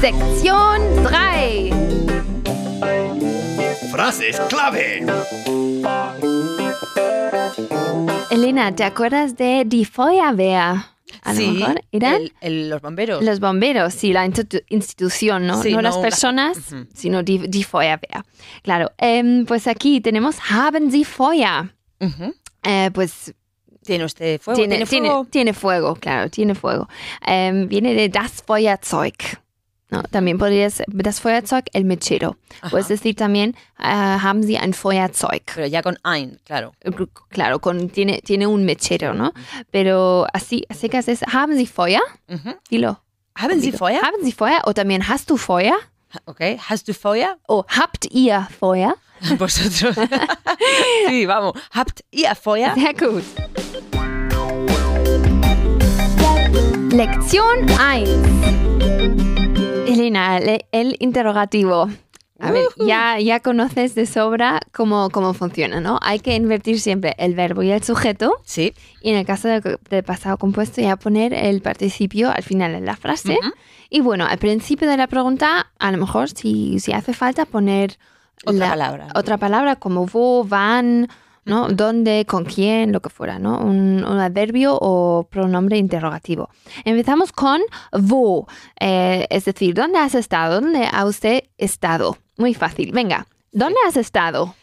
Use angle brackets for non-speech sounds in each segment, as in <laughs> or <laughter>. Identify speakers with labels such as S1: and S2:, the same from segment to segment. S1: Sektion 3.
S2: Frases clave.
S1: Elena, ¿te acuerdas de Die Feuerwehr? A lo mejor eran
S3: el- el- los bomberos.
S1: los bomberos, sí, la institu- institución, ¿no?
S3: Sí,
S1: no,
S3: no
S1: las
S3: la-
S1: personas,
S3: Ujú.
S1: sino die, die Feuerwehr. Claro, em, pues aquí tenemos Haben Sie Feuer.
S3: Ujú.
S1: Eh, pues
S3: Tiene usted fuego.
S1: tiene,
S3: Tiene,
S1: tiene-
S3: fuego.
S1: tiene fuego, claro, tiene fuego. Em, viene de das Feuerzeug. ¿no? También podría ser das Feuerzeug, el mechero. Puedes decir también, eh, haben Sie ein Feuerzeug.
S3: Pero ya con ein, claro.
S1: Claro, con, tiene, tiene un mechero, ¿no? Pero así, así que es, haben Sie Feuer?
S3: Ujú.
S1: Dilo.
S3: ¿Haben Sie
S1: conmigo.
S3: Feuer?
S1: Haben Sie Feuer? O también, hast du Feuer?
S3: Ok. ¿Hast du Feuer?
S1: O habt ihr Feuer?
S3: <laughs>
S1: <laughs>
S3: Vosotros. sí, vamos. ¿Habt ihr Feuer?
S1: Sehr gut. Lección 1. Elena, le- el interrogativo. A ver, ya, ya conoces de sobra cómo, cómo funciona, ¿no? Hay que invertir siempre el verbo y el sujeto.
S3: Sí.
S1: Y en el caso del de pasado compuesto, ya poner el participio al final de la frase. Y bueno, al principio de la pregunta, a lo mejor si, si hace falta poner
S3: Otra
S1: la-
S3: palabra.
S1: otra palabra como wo, van, ¿no? Dónde, con quién, lo que fuera, ¿no? Un, un adverbio o pronombre interrogativo. Empezamos con wo, eh, es decir, ¿dónde has estado? ¿Dónde ha usted estado? Muy fácil, venga. ¿Dónde has estado?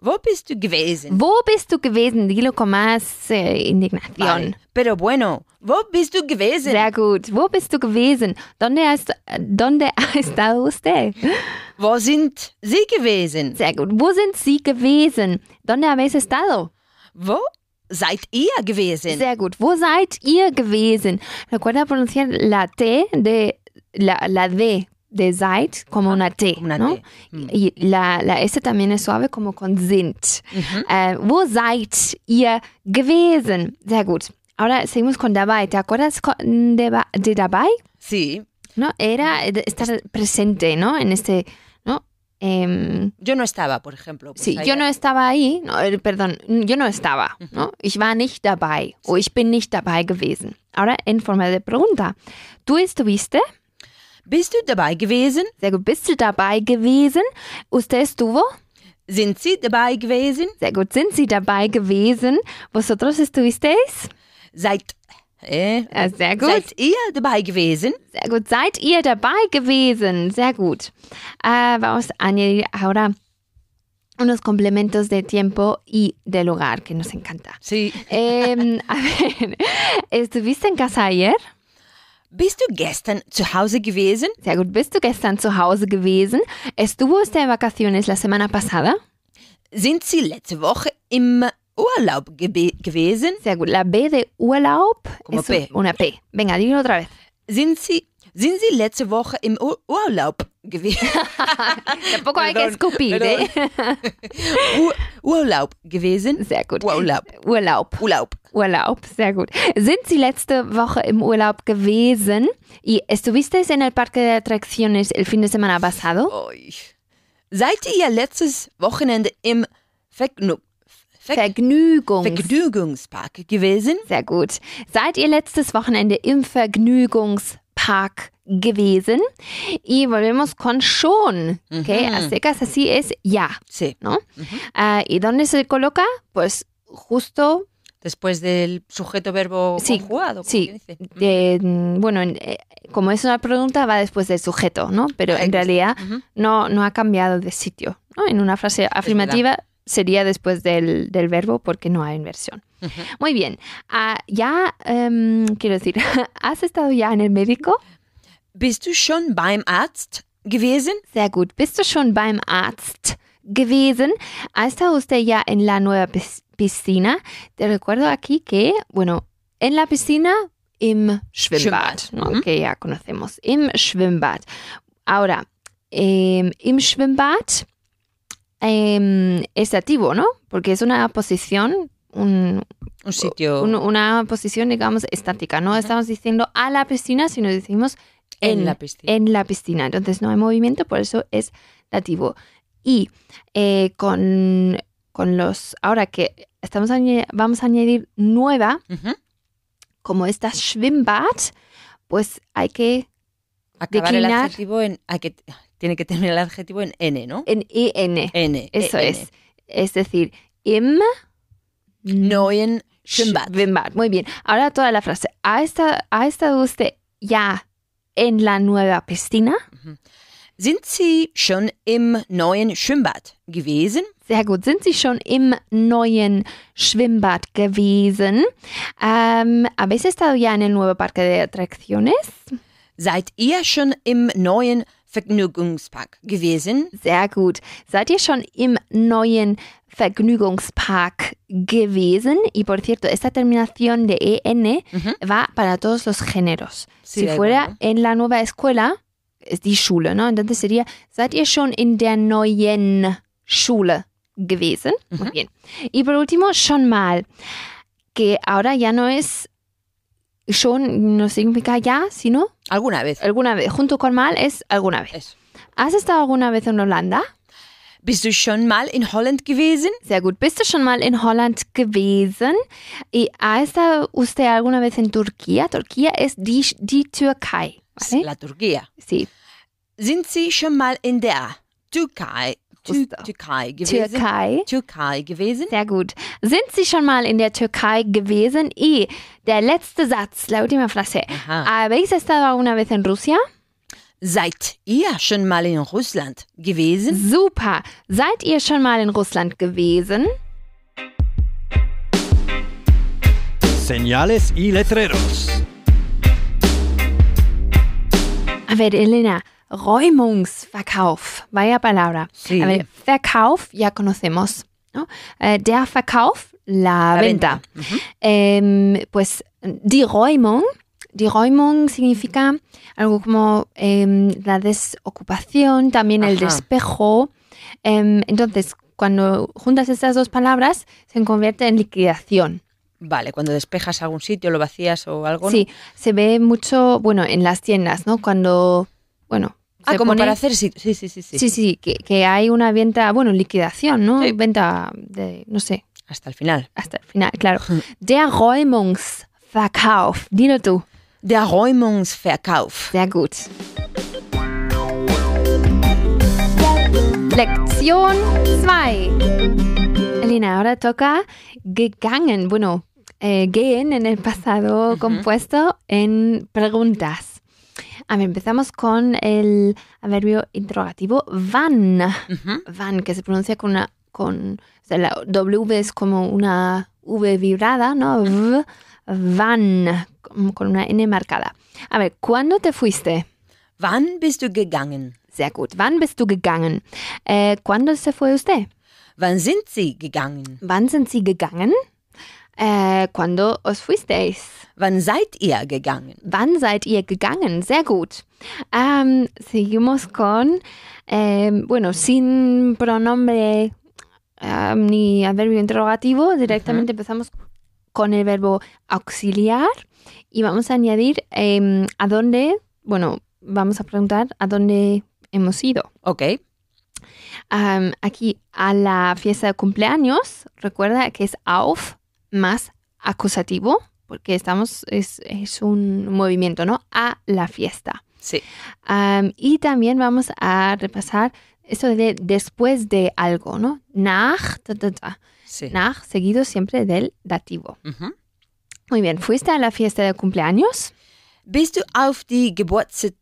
S3: Wo bist du gewesen?
S1: Wo bist du gewesen? Dilo con más eh, indignación.
S3: Vale. Pero bueno, wo bist du gewesen?
S1: Sehr gut. Wo bist du gewesen? äh, ¿Dónde has, <laughs> ¿Dónde ha estado usted?
S3: Wo sind Sie gewesen?
S1: Sehr gut. Wo sind Sie gewesen? ¿Dónde habéis estado?
S3: Wo seid ihr gewesen?
S1: Sehr gut. Wo seid ihr gewesen? Recuerda pronunciar la T de la, la D de seid como una T.
S3: como una
S1: ¿no?
S3: T. Mm.
S1: Y la, la S también es suave como con sind. Eh, wo seid ihr gewesen? Sehr gut. Ahora seguimos con dabei. ¿Te acuerdas con- de, ba- de dabei?
S3: Sí.
S1: No, era eh, de estar presente, ¿no? En este, ¿no? Em,
S3: Yo no estaba, por ejemplo. Pues
S1: sí,
S3: ahí-
S1: yo no estaba ahí, no, eh, perdón, yo no estaba, ¿no? Ich war nicht dabei o ich bin nicht dabei gewesen. Ahora en forma de pregunta. ¿Tú estuviste?
S3: Bist du dabei gewesen?
S1: Sehr gut. Bist du dabei gewesen? ¿Usted estuvo?
S3: Sind Sie dabei gewesen?
S1: Sehr gut. Sind Sie dabei gewesen? ¿Vosotros estuvisteis?
S3: Seid, eh,
S1: Ah, sehr gut.
S3: seid ihr dabei gewesen?
S1: Sehr gut. Seid ihr dabei gewesen? Sehr gut. Ah, vamos a añadir ahora unos complementos de tiempo y de lugar que nos encanta.
S3: Sí.
S1: Em, <laughs> a ver, ¿estuviste en casa ayer?
S3: Bist du gestern zu Hause gewesen?
S1: Sehr gut. Bist du gestern zu Hause gewesen? ¿Estuvo usted en vacaciones la semana pasada?
S3: Sind Sie letzte Woche im Urlaub gebe- gewesen?
S1: Sehr gut. La B de Urlaub
S3: Como
S1: es
S3: P.
S1: una P. Venga, dilo otra vez.
S3: Sind Sie, sind Sie letzte Woche im Ur Urlaub gewesen?
S1: Tampoco hay que
S3: Perdón,
S1: escupir, ¿eh? <laughs>
S3: Ur Urlaub gewesen?
S1: Sehr gut.
S3: Urlaub.
S1: Urlaub.
S3: Urlaub.
S1: Urlaub, sehr gut. Sind Sie letzte Woche im Urlaub gewesen? ¿Y estuvisteis en el parque de atracciones el fin de semana pasado?
S3: Ui. Seid ihr letztes Wochenende im Vergnü Ver
S1: Vergnügungs.
S3: Vergnügungspark gewesen?
S1: sehr gut. Seid ihr letztes Wochenende im Vergnügungspark gewesen? Y volvemos con schon. Okay, así que así es ya,
S3: Sí.
S1: ¿no? Ah, ¿Y dónde se coloca? Pues justo
S3: Después del sujeto verbo
S1: Sí,
S3: conjugado. como
S1: Sí,
S3: quien dice.
S1: de- mm, bueno, en- eh, como es una pregunta, va después del sujeto, ¿no? Pero
S3: Ahí
S1: en
S3: está.
S1: realidad
S3: Ujú.
S1: no, no ha cambiado de sitio, ¿no? En una frase afirmativa sería después del, del verbo porque no hay inversión. Muy bien, Ah, ya em, quiero decir, <laughs> ¿has estado ya en el médico?
S3: Bist du schon beim Arzt gewesen?
S1: Sehr gut, ¿bist du schon beim Arzt gewesen? ¿Ha estado usted ya en la nueva pis- piscina? Te recuerdo aquí que, bueno, en la piscina, im Schwimmbad,
S3: Schwimmbad,
S1: ¿no?
S3: mhm.
S1: que ya conocemos, im Schwimmbad. Ahora, em, im Schwimmbad em, es activo, ¿no? Porque es una posición, un-
S3: Un sitio
S1: un- una posición, digamos, estática. No estamos diciendo a la piscina, sino decimos
S3: en,
S1: en-
S3: la piscina.
S1: en la piscina. Entonces no hay movimiento, por eso es dativo. Y eh, con, con los. Ahora que estamos añe- vamos a añadir nueva,
S3: Ujú.
S1: como es das Schwimmbad, pues hay que
S3: acabar el
S1: Declinar.
S3: adjetivo en. ah, que t- tiene que terminar el adjetivo en N, ¿no?
S1: En IN.
S3: E, N.
S1: Eso
S3: EN.
S1: es. Es decir, im
S3: Neuen Schwimmbad.
S1: Schwimmbad. Muy bien. Ahora toda la frase. ¿Ha esta- ha estado usted ya en la nueva piscina?
S3: Sind Sie schon im neuen Schwimmbad gewesen?
S1: Sehr gut. Sind Sie schon im neuen Schwimmbad gewesen? Ähm, ¿Habéis estado ya en el nuevo parque de atracciones?
S3: Seid ihr schon im neuen Vergnügungspark gewesen?
S1: Sehr gut. Seid ihr schon im neuen Vergnügungspark gewesen? Y por cierto, esta terminación de EN va para todos los géneros.
S3: Sí,
S1: si
S3: da
S1: fuera
S3: igual,
S1: en la nueva escuela, es die Schule, ¿no? Entonces sería, seid ihr schon in der neuen Schule gewesen? Muy bien. Y por último, schon mal, que ahora ya no es schon, no significa ya, sino
S3: Alguna vez.
S1: alguna vez. Junto con mal es alguna vez.
S3: Es.
S1: ¿Has estado alguna vez en Holanda?
S3: Bist du schon mal in Holland gewesen?
S1: Sehr gut. Bist du schon mal in Holland gewesen? ¿Y ha estado usted alguna vez en Turquía? Turquía es die, die Türkei. ¿vale?
S3: La Turquía.
S1: Sí,
S3: Sind Sie schon mal in der Türkei, Tü
S1: Gustav.
S3: Türkei gewesen?
S1: Türkei.
S3: Türkei gewesen?
S1: Sehr gut. Sind Sie schon mal in der Türkei gewesen? Y der letzte Satz, la última frase. Ah,
S3: Aha.
S1: ¿Habéis estado alguna vez en Rusia?
S3: Seid ihr schon mal in Russland gewesen?
S1: Super. Seid ihr schon mal in Russland gewesen?
S2: Señales y letreros.
S1: A ver, Ah, Elena, Räumungsverkauf. Vaya palabra.
S3: Sí.
S1: A ver, Verkauf ya conocemos. ¿no? Eh, der Verkauf, la,
S3: La
S1: venta.
S3: venta.
S1: Em, pues die Räumung. Die Räumung significa algo como em, la desocupación, también el
S3: Ajá.
S1: despejo. Em, entonces, cuando juntas estas dos palabras, se convierte en liquidación.
S3: Vale, cuando despejas algún sitio, lo vacías o algo. ¿no?
S1: Sí, se ve mucho, bueno, en las tiendas, ¿no? Cuando, bueno,
S3: Ah,
S1: se
S3: como
S1: pone-
S3: para hacer sitio. Sí, sí, sí, sí.
S1: Sí, sí, que, que hay una venta, bueno, liquidación, ¿no?
S3: Sí.
S1: Venta de, no sé,
S3: Hasta el final.
S1: hasta el final,
S3: <laughs>
S1: claro. Der Räumungsverkauf, dilo tú.
S3: Der Räumungsverkauf.
S1: Sehr gut. Lección 2. Elena, ahora toca gegangen, bueno, eh, gehen en el pasado compuesto en preguntas. A ver, empezamos con el adverbio interrogativo van.
S3: Ujú.
S1: Van, que se pronuncia con una. Con, o sea, la W es como una V vibrada, ¿no? V, van, como con una N marcada. A ver, ¿cuándo te fuiste?
S3: Wann bist du gegangen?
S1: Sehr gut. ¿Wann bist du gegangen? Eh, ¿Cuándo se fue usted?
S3: Wann sind Sie gegangen?
S1: ¿Wann sind Sie gegangen? Eh, ¿Cuándo os fuisteis?
S3: Wann seid ihr gegangen?
S1: Wann seid ihr gegangen? Sehr gut. Ähm, seguimos con, ähm, bueno, sin pronombre ähm, ni adverbio interrogativo, directamente empezamos con el verbo auxiliar y vamos a añadir em, a dónde, bueno, vamos a preguntar a dónde hemos ido.
S3: Okay.
S1: Ähm, aquí a la fiesta de cumpleaños, recuerda que es auf más acusativo, porque estamos, es, es un movimiento, ¿no? A la fiesta.
S3: Sí.
S1: Ähm, y también vamos a repasar esto de después de algo, ¿no? Nach, ta, ta, ta.
S3: sí. Mhm.
S1: nach, seguido siempre del dativo.
S3: Ujú.
S1: Muy bien, ¿fuiste a la fiesta de cumpleaños?
S3: Bist du auf die Geburtse-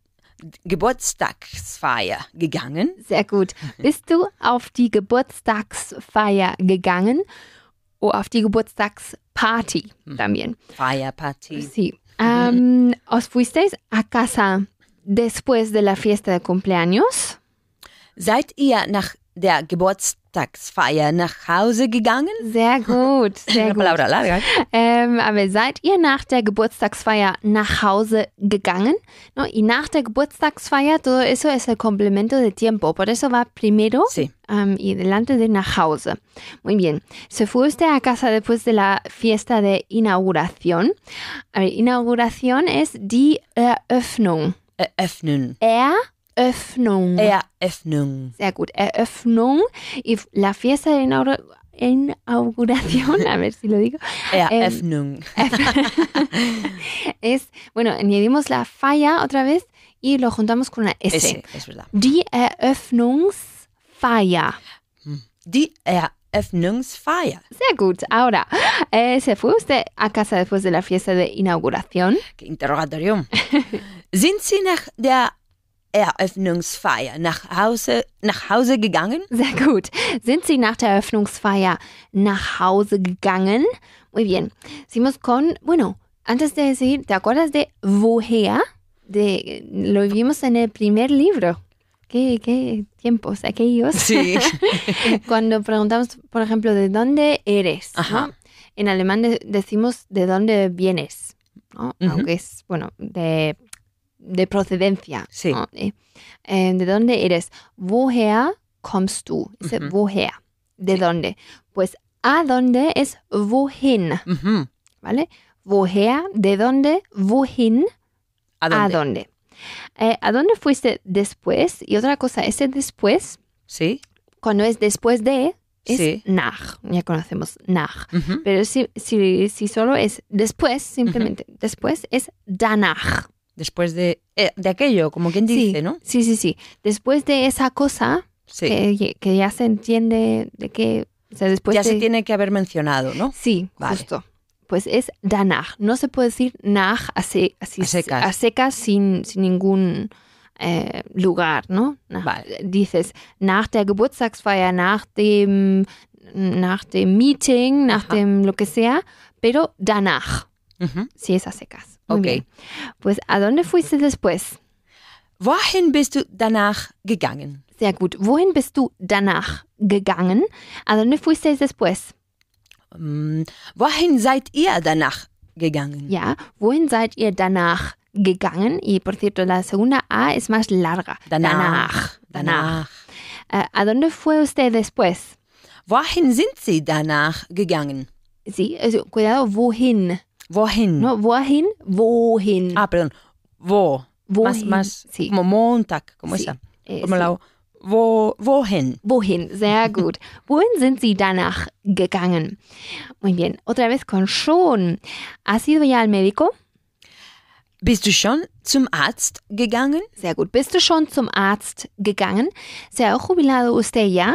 S3: Geburtstagsfeier gegangen?
S1: Sehr gut. Bist du auf die Geburtstagsfeier gegangen? O auf die Geburtstagsparty también.
S3: Feierparty.
S1: Sí. Am, ¿Os fuisteis a casa después de la fiesta de cumpleaños?
S3: Seid ihr nach der Geburtstagsfeier nach Hause gegangen? <laughs>
S1: Sehr gut, sehr
S3: Una
S1: gut.
S3: palabra larga.
S1: Ähm, aber seid ihr nach der Geburtstagsfeier nach Hause gegangen? No, y nach der Geburtstagsfeier, todo eso es el complemento de tiempo. Por eso va primero
S3: Sí.
S1: am, y delante de nach Hause. Muy bien. ¿Se fue usted a casa después de la fiesta de inauguración? A ver, inauguración es die Eröffnung.
S3: Eröffnen.
S1: Eröffnung.
S3: Eröffnung.
S1: Sehr gut. Eröffnung. Y la fiesta de inaugura- inauguración, <laughs> a ver si lo digo, Ähm,
S3: Eröffnung.
S1: es, bueno, añadimos la falla otra vez y lo juntamos con una S.
S3: Ese, es verdad.
S1: Die Eröffnungsfeier.
S3: Die Eröffnungsfeier.
S1: Sehr gut. Ahora, eh, ¿se fue usted a casa después de la fiesta de inauguración? <laughs>
S3: Qué interrogatorium. Sind Sie nach der Eröffnungsfeier nach Hause, nach Hause gegangen?
S1: <laughs> Sehr gut. Sind Sie nach der Eröffnungsfeier nach Hause gegangen? Muy bien. Seguimos con, bueno, antes de seguir, ¿te acuerdas de Woher? De, lo vimos en el primer libro. ¿Qué, qué tiempos aquellos?
S3: <laughs> Sí.
S1: Cuando preguntamos, por ejemplo, ¿de dónde eres? ¿no?
S3: Ajá.
S1: En alemán de- decimos ¿de dónde vienes? ¿no?
S3: Ujú.
S1: Aunque es, bueno, de, de procedencia.
S3: Sí.
S1: ¿no? Eh, eh, ¿De dónde eres? Woher kommst du? Dice,
S3: Ujú.
S1: woher. ¿De dónde? Pues a dónde es wohin,
S3: Mhm.
S1: ¿vale? Woher, ¿de dónde? Wohin,
S3: ¿A
S1: ¿a
S3: dónde?
S1: dónde? Eh, ¿A dónde fuiste después? Y otra cosa, ese después,
S3: Sí.
S1: cuando es después de, es
S3: Sí.
S1: nach. Ya conocemos nach.
S3: Mhm.
S1: Pero si, si, si solo es después, simplemente después es danach.
S3: Después de, eh, de aquello, como quien
S1: Sí.
S3: dice, ¿no?
S1: Sí, sí, sí. Después de esa cosa
S3: Sí.
S1: que, que ya se entiende de que... O sea, Eh, después
S3: ya
S1: de-
S3: se tiene que haber mencionado, ¿no?
S1: Sí,
S3: Vale.
S1: justo. Pues es danach. No se puede decir nach a, se- así-
S3: A secas.
S1: a secas sin, sin ningún eh, lugar, ¿no? Nach-
S3: Vale.
S1: Dices nach der Geburtstagsfeier, nach dem, nach dem Meeting, nach
S3: Ajá.
S1: dem lo que sea, pero danach,
S3: Mhm.
S1: si es a secas. Muy
S3: Ok.
S1: bien. Pues, ¿a dónde fuiste después?
S3: Wohin bist du danach gegangen?
S1: Sehr gut. Wohin bist du danach gegangen? ¿A dónde fuiste después?
S3: Mm, Wohin seid ihr danach gegangen?
S1: Ja, wohin seid ihr danach gegangen? Y por cierto, la segunda A es más larga.
S3: Danach.
S1: Danach. Eh, ¿A dónde fue usted después?
S3: Wohin sind sie danach gegangen?
S1: Sí, also, cuidado, wohin.
S3: Wohin?
S1: No, wohin, wohin.
S3: Mm. Ah, perdón. Wo. Más,
S1: wohin.
S3: más
S1: sí.
S3: como Montag, como
S1: Sí,
S3: esa.
S1: eh,
S3: Como
S1: sí.
S3: la, wo, wohin?
S1: Wohin,
S3: <laughs>
S1: sehr gut. Wohin sind Sie danach gegangen? Muy bien, otra vez con schon. ¿Has ido ya al médico?
S3: Bist du schon zum Arzt gegangen?
S1: Sehr gut. Bist du schon zum Arzt gegangen? ¿Se ha jubilado usted ya?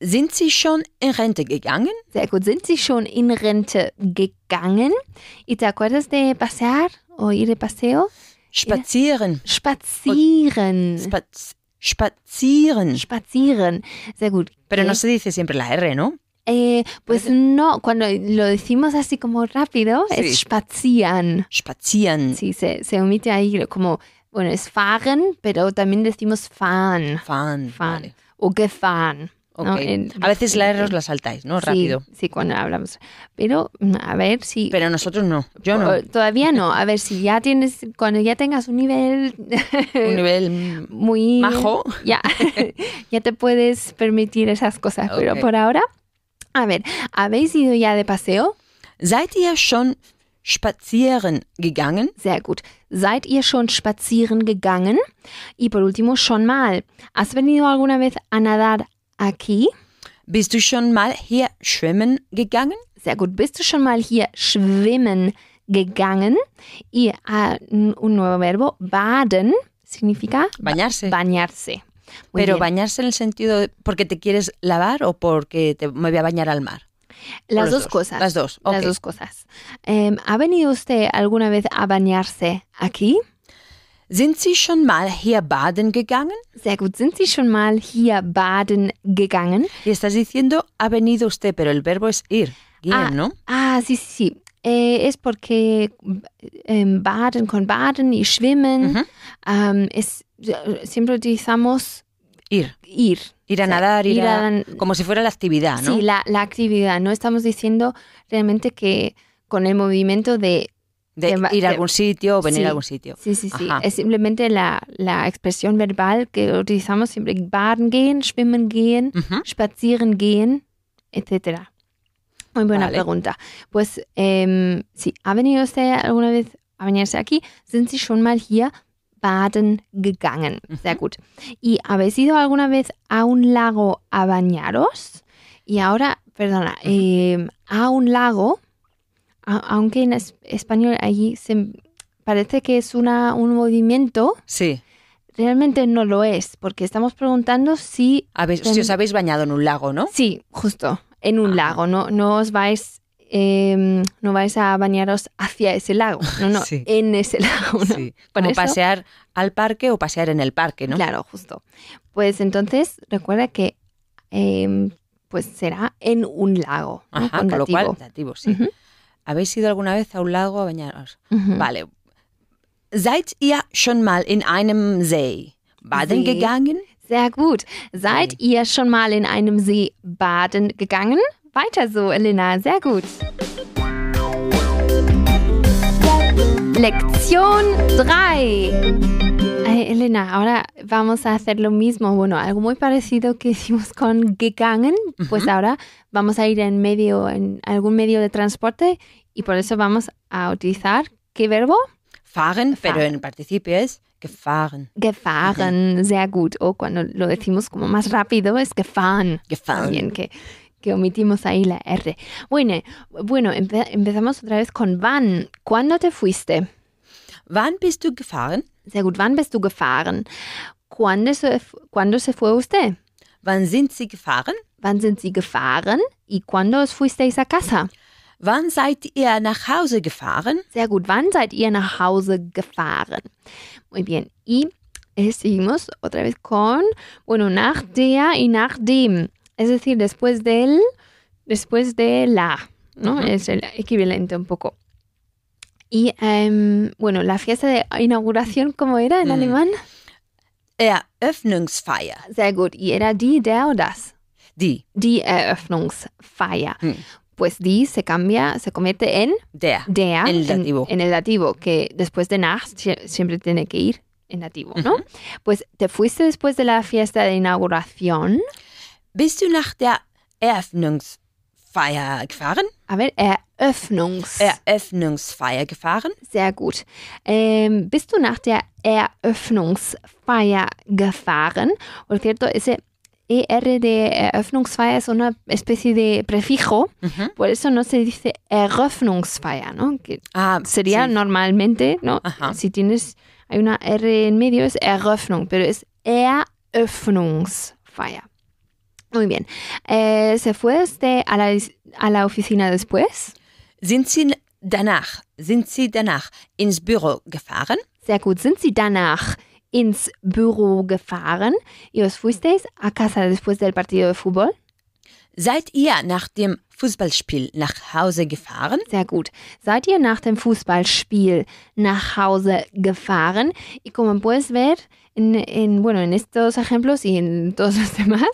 S3: Sind sie schon in Rente gegangen?
S1: Sehr gut. Sind Sie schon in Rente gegangen? ¿Y te acuerdas de pasear o ir de paseo?
S3: Spazieren.
S1: Spazieren.
S3: Spaz spazieren.
S1: Spazieren. Sehr gut.
S3: Pero no
S1: Eh,
S3: se dice siempre la R, ¿no?
S1: eh, pues no, cuando lo decimos así como rápido,
S3: Sí.
S1: es spazieren.
S3: Spazieren.
S1: Sí, se, se omite ahí lo- como, bueno, es fahren, pero también decimos fahren.
S3: Fahren.
S1: Fahren.
S3: Vale.
S1: O gefahren.
S3: Ok.
S1: No, en-
S3: A veces la R
S1: en-
S3: os la saltáis, ¿no?
S1: Sí,
S3: Rápido.
S1: sí, cuando hablamos. Pero mm, a ver si
S3: Pero nosotros no. Yo no.
S1: O- Todavía no. A ver, si ya tienes, cuando ya tengas un nivel
S3: Un nivel mm,
S1: muy...
S3: majo.
S1: Ya, <laughs> ya te puedes permitir esas cosas. Pero
S3: Ok.
S1: por ahora, a ver, ¿habéis ido ya de paseo?
S3: Seid ihr schon spazieren gegangen?
S1: Sehr gut. ¿Seid ihr schon spazieren gegangen? Y por último, schon mal. ¿Has venido alguna vez a nadar aquí?
S3: Bist du schon mal hier schwimmen gegangen?
S1: Sehr gut. Bist du schon mal hier schwimmen gegangen? Y ah, un nuevo verbo, baden, significa
S3: Bañarse.
S1: bañarse. Muy
S3: Pero
S1: bien.
S3: bañarse en el sentido de porque te quieres lavar o porque te, me voy a bañar al mar.
S1: Las
S3: los
S1: dos,
S3: dos,
S1: cosas.
S3: las dos, ok.
S1: Las dos cosas. Em, ¿Ha venido usted alguna vez a bañarse aquí?
S3: Sind Sie schon mal hier baden gegangen?
S1: Sehr gut. Sind Sie schon mal hier baden gegangen?
S3: Y estás diciendo ha venido usted, pero el verbo es ir. Gehen,
S1: Ah.
S3: ¿no?
S1: Ah, sí, sí, sí. Eh, es porque em, baden con baden y schwimmen.
S3: Ujú.
S1: em, es, siempre utilizamos
S3: Ir.
S1: ir.
S3: Ir a
S1: O sea,
S3: nadar, ir,
S1: ir
S3: a,
S1: a-
S3: Como si fuera la actividad, Ah, ¿no?
S1: Sí, la, la actividad. No estamos diciendo realmente que con el movimiento de
S3: de
S1: que va-
S3: ir a
S1: de-
S3: algún sitio o venir
S1: Sí.
S3: a algún sitio.
S1: Sí, sí, sí.
S3: Ajá.
S1: Es simplemente la, la expresión verbal que utilizamos siempre. Baden gehen, schwimmen gehen,
S3: Ujú.
S1: spazieren gehen, etc. Muy buena
S3: Vale.
S1: pregunta. Pues em, sí, ¿ha venido usted alguna vez a bañarse aquí? ¿Sind Sie schon mal hier baden gegangen? Sehr gut. ¿Y habéis ido alguna vez a un lago a bañaros? Y ahora, perdona, em, a un lago, a- aunque en es- español allí se, parece que es una, un movimiento,
S3: Sí.
S1: realmente no lo es, porque estamos preguntando si
S3: Habéis- si os habéis bañado en un lago, ¿no?
S1: Sí, justo, en un
S3: Ah.
S1: lago. No, no os vais, eh, no vais a bañaros hacia ese lago. No, no,
S3: <laughs> Sí.
S1: en ese <laughs>
S3: <laughs>
S1: lago. ¿no?
S3: Sí.
S1: Por
S3: Como
S1: eso-
S3: pasear al parque o pasear en el parque, ¿no?
S1: Claro, justo. Pues entonces recuerda que eh, pues será en un lago. ¿no?
S3: Ajá,
S1: Con
S3: con lo cual,
S1: dativo.
S3: dativo, sí.
S1: Ujú. Mm.
S3: ¿Habéis ido alguna vez a un lago a bañaros?
S1: Ujú.
S3: Vale. Seid ihr schon mal in einem See baden
S1: See.
S3: gegangen?
S1: Sehr gut. Seid ihr schon mal in einem See baden gegangen? Weiter so, Elena. Sehr gut. Lección 3. Elena, ahora vamos a hacer lo mismo. Bueno, algo muy parecido que hicimos con gegangen. Pues ahora vamos a ir en medio, en algún medio de transporte y por eso vamos a utilizar, ¿qué verbo?
S3: Fahren, pero
S1: Fahren.
S3: en participio es gefahren.
S1: Gefahren. Sehr gut. O cuando lo decimos como más rápido es gefahren.
S3: Gefahren.
S1: también Ah, que, que omitimos ahí la R. Bueno, bueno empe- empezamos otra vez con wann. ¿Cuándo te fuiste?
S3: Wann bist du gefahren?
S1: Sehr gut, wann bist du gefahren? ¿Cuándo se, fu- ¿cuándo se fue usted?
S3: Wann sind Sie gefahren?
S1: Wann sind Sie gefahren? ¿Y cuándo os fuisteis a casa?
S3: Wann seid ihr nach Hause gefahren?
S1: Sehr gut, wann seid ihr nach Hause gefahren? Muy bien, y eh, seguimos otra vez con, bueno, nach der y nach dem. Es decir, después del, después de la, ¿no?
S3: Ujú.
S1: Es el equivalente un poco. Y, em, bueno, la fiesta de inauguración, ¿cómo era en
S3: Mm.
S1: alemán?
S3: Eröffnungsfeier.
S1: Sehr gut, y era die, der o das.
S3: Die,
S1: Die Eröffnungsfeier.
S3: Mm.
S1: Pues die se cambia, se convierte en
S3: der.
S1: der
S3: El
S1: en-
S3: dativo.
S1: En, el dativo, que después de nach sie- siempre tiene que ir en dativo, ¿no? Pues te fuiste después de la fiesta de inauguración.
S3: Bist du nach der Eröffnungsfeier gefahren?
S1: A ver, Eröffnungs.
S3: Eröffnungsfeier gefahren?
S1: Sehr gut. Ähm, bist du nach der Eröffnungsfeier gefahren? Por cierto, ese ER de Eröffnungsfeier es una especie de prefijo,
S3: Mhm.
S1: por eso no se dice Eröffnungsfeier, ¿no? Que
S3: Ah,
S1: sería
S3: sí.
S1: normalmente, ¿no?
S3: Ajá.
S1: Si tienes, hay una R en medio, es Eröffnung, pero es Eröffnungsfeier. Muy bien. Eh, ¿Se fue usted a la, a la oficina después?
S3: Sind Sie danach, sind Sie danach ins Büro gefahren?
S1: Sehr gut. ¿Sind Sie danach ins Büro gefahren? ¿Y os fuisteis a casa después del partido de fútbol?
S3: Seid ihr nach dem Fußballspiel nach Hause gefahren?
S1: Sehr gut. Seid ihr nach dem Fußballspiel nach Hause gefahren? Y como puedes ver, en, en, bueno, en estos ejemplos y en todos los <laughs> demás,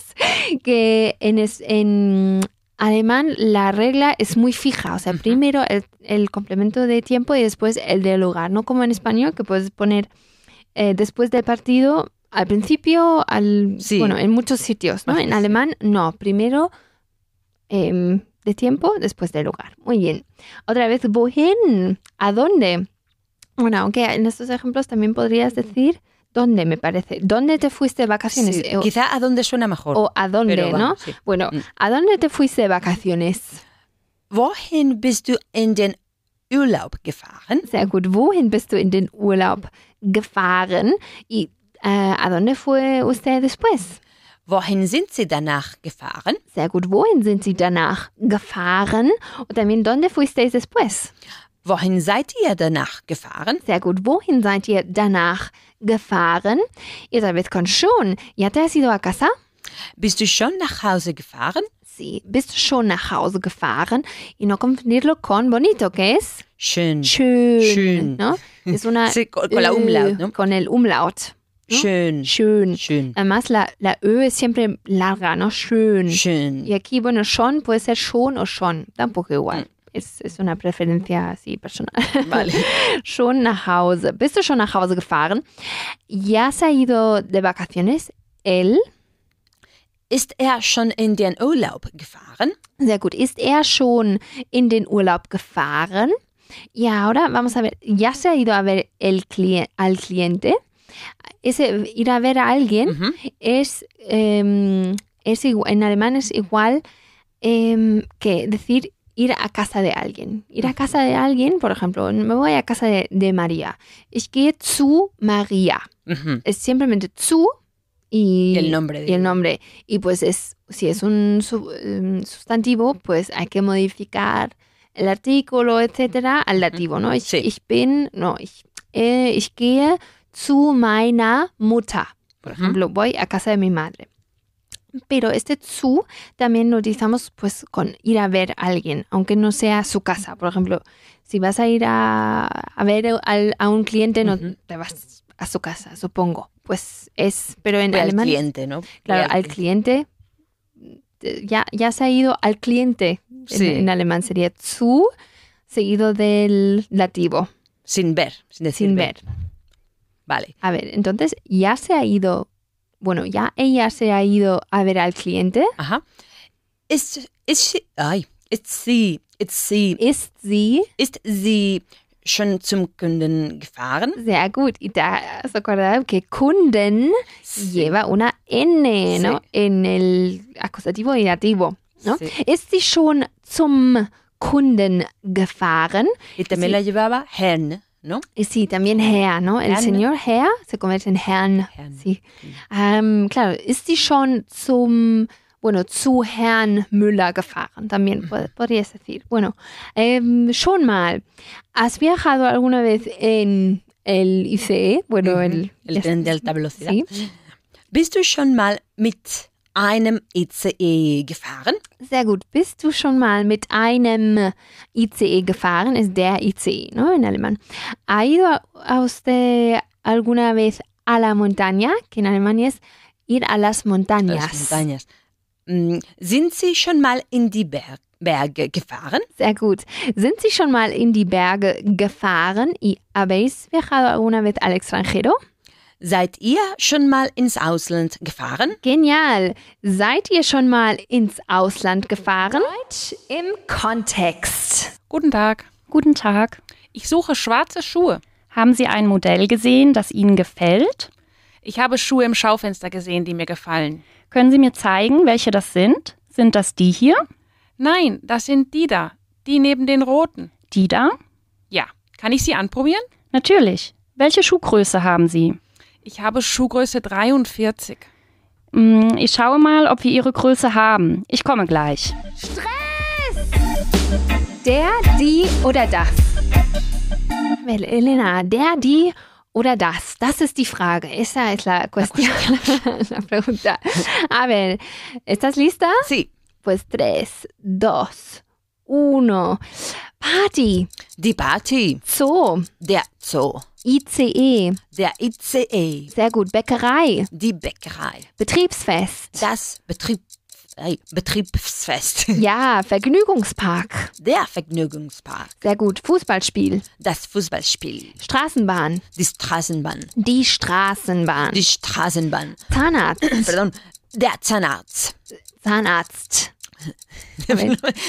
S1: que en, es- en alemán la regla es muy fija. O sea,
S3: Ujú.
S1: primero el, el complemento de tiempo y después el del lugar. No como en español, que puedes poner eh, después del partido, al principio, al,
S3: Sí.
S1: bueno, en muchos sitios. ¿no?
S3: Ajá,
S1: En
S3: sí.
S1: alemán, no. Primero em, de tiempo, después del lugar. Muy bien. Otra vez, ¿wohin? ¿A dónde? Bueno, aunque en estos ejemplos también podrías decir dónde, me parece. ¿Dónde te fuiste de vacaciones?
S3: Sí,
S1: O,
S3: quizá a dónde suena mejor.
S1: o a dónde,
S3: pero
S1: ¿no?
S3: vamos, sí.
S1: Bueno,
S3: Mm.
S1: ¿a dónde te fuiste de vacaciones?
S3: Wohin bist du in den Urlaub gefahren?
S1: Sehr gut. ¿Wohin bist du in den Urlaub gefahren? ¿Y eh, a dónde fue usted después?
S3: Wohin sind Sie danach gefahren?
S1: Sehr gut. ¿Wohin sind Sie danach gefahren? Und también, ¿dónde fuisteis después?
S3: Wohin seid ihr danach gefahren?
S1: Sehr gut. ¿Wohin seid ihr danach gefahren? Isabel con schon. ¿Ya te has ido a casa?
S3: Bist du schon nach Hause gefahren?
S1: Sí. Bist du schon nach Hause gefahren? Y no confundirlo con bonito, que es
S3: Schön.
S1: schön. Ne?
S3: Schön.
S1: ¿no? Es
S3: <laughs>
S1: una...
S3: Sí, con, con la
S1: Ö
S3: Umlaut, ¿no?
S1: Con el umlaut. ¿no?
S3: Schön.
S1: Schön.
S3: Schön.
S1: Además, la, la Ö es siempre larga, ¿no? Schön. Y
S3: Schön.
S1: aquí, bueno, schon puede ser schon o schon. Tampoco igual. Es, es una preferencia así personal. <laughs>
S3: Vale.
S1: Schon nach Hause. Bist du schon nach Hause gefahren? ¿Ya se ha ido de vacaciones? Él.
S3: Ist er schon in den Urlaub gefahren?
S1: Sehr gut. Ist er schon in den Urlaub gefahren? Y ahora vamos a ver. ¿Ya se ha ido a ver el cli- al cliente? Ese ir a ver a alguien
S3: Mhm.
S1: es, em, es igu- en alemán es igual em, que decir ir a casa de alguien. Ir a casa de alguien, por ejemplo, me voy a casa de, de María. Ich gehe zu María.
S3: Ujú.
S1: Es simplemente zu y,
S3: Y el nombre.
S1: y el nombre. Y pues es, si es un su- em, sustantivo, pues hay que modificar el artículo, etcétera, al dativo, ¿no? Ich,
S3: Sí.
S1: ich bin, no, ich, eh, ich gehe zu meiner Mutter. Por
S3: Ujú.
S1: ejemplo, voy a casa de mi madre. Pero este zu también lo utilizamos pues con ir a ver a alguien, aunque no sea su casa. Por ejemplo, si vas a ir a, a ver al- a un cliente, no
S3: Ujú.
S1: te vas a su casa, supongo. Pues es, pero en
S3: Voy al
S1: alemán,
S3: cliente, ¿no? Voy
S1: claro, al cliente, eh, ya, ya se ha ido al cliente. En,
S3: Sí.
S1: en alemán sería zu, seguido del lativo,
S3: Sin ver, sin decir
S1: sin ver.
S3: Vale.
S1: A ver, entonces ya se ha ido, bueno, ya ella se ha ido a ver al cliente.
S3: Ajá. Ist, ist, sie- ay, ist sie, ist sie,
S1: Ist sie
S3: ist sie schon zum Kunden gefahren?
S1: sehr gut. Y te has acordado que Kunden lleva una N, ¿no?
S3: Sí.
S1: En el acusativo y dativo, ¿no?
S3: Sí.
S1: Ist sie schon zum Kunden gefahren?
S3: Y también la llevaba Herrn, ¿no?
S1: Y Eh, sí, también Herr, ¿no? El
S3: Herrn.
S1: señor Herr se convierte en Herrn.
S3: Herrn.
S1: Sí. Ähm, claro, ist sie schon zum, bueno, zu Herrn Müller gefahren? También pod- podrías decir. Bueno, ähm, schon mal. ¿Has viajado alguna vez en el ICE? Bueno, el...
S3: El tren de alta velocidad.
S1: Sí.
S3: Bist du schon mal mit einem ICE gefahren?
S1: Sehr gut. Bist du schon mal mit einem ICE gefahren? Es der E, ICE, ¿no? En alemán. ¿Ha ido a- a usted alguna vez a la montaña? Que en alemán es ir a las montañas.
S3: Las montañas. Mm, Sind Sie schon mal in die Ber Berge gefahren?
S1: Sehr gut. Sind Sie schon mal in die Berge gefahren? ¿Y habéis viajado alguna vez al extranjero?
S3: Seid ihr schon mal ins Ausland gefahren?
S1: Genial. Seid ihr schon mal ins Ausland gefahren? Deutsch im Kontext.
S2: Guten Tag.
S4: Guten Tag.
S2: Ich suche schwarze Schuhe.
S4: Haben Sie ein Modell gesehen, das Ihnen gefällt?
S2: Ich habe Schuhe im Schaufenster gesehen, die mir gefallen.
S4: Können Sie mir zeigen, welche das sind? Sind das die hier?
S2: Nein, das sind die da. Die neben den roten.
S4: Die da?
S2: Ja. Kann ich sie anprobieren?
S4: Natürlich. Welche Schuhgröße haben Sie?
S2: Ich habe Schuhgröße 43.
S4: Hm, Ich schaue mal, ob wir Ihre Größe haben. Ich komme gleich.
S1: Der, die oder das? Well, Elena, der, die oder das? Das ist die Frage. Esa es la cuestión. <laughs> La pregunta. A ver, ¿estás lista?
S3: Sí.
S1: Pues tres, dos, uno. Party,
S3: Die Party,
S1: Zoo,
S3: der Zoo,
S1: ICE,
S3: der ICE,
S1: sehr gut, Bäckerei,
S3: die Bäckerei,
S1: Betriebsfest,
S3: das Betrieb, äh, Betriebsfest,
S1: ja, Vergnügungspark,
S3: der Vergnügungspark,
S1: sehr gut, Fußballspiel,
S3: das Fußballspiel,
S1: Straßenbahn,
S3: die Straßenbahn,
S1: die Straßenbahn,
S3: die Straßenbahn,
S1: Zahnarzt,
S3: pardon, der Zahnarzt, <laughs>
S1: Zahnarzt,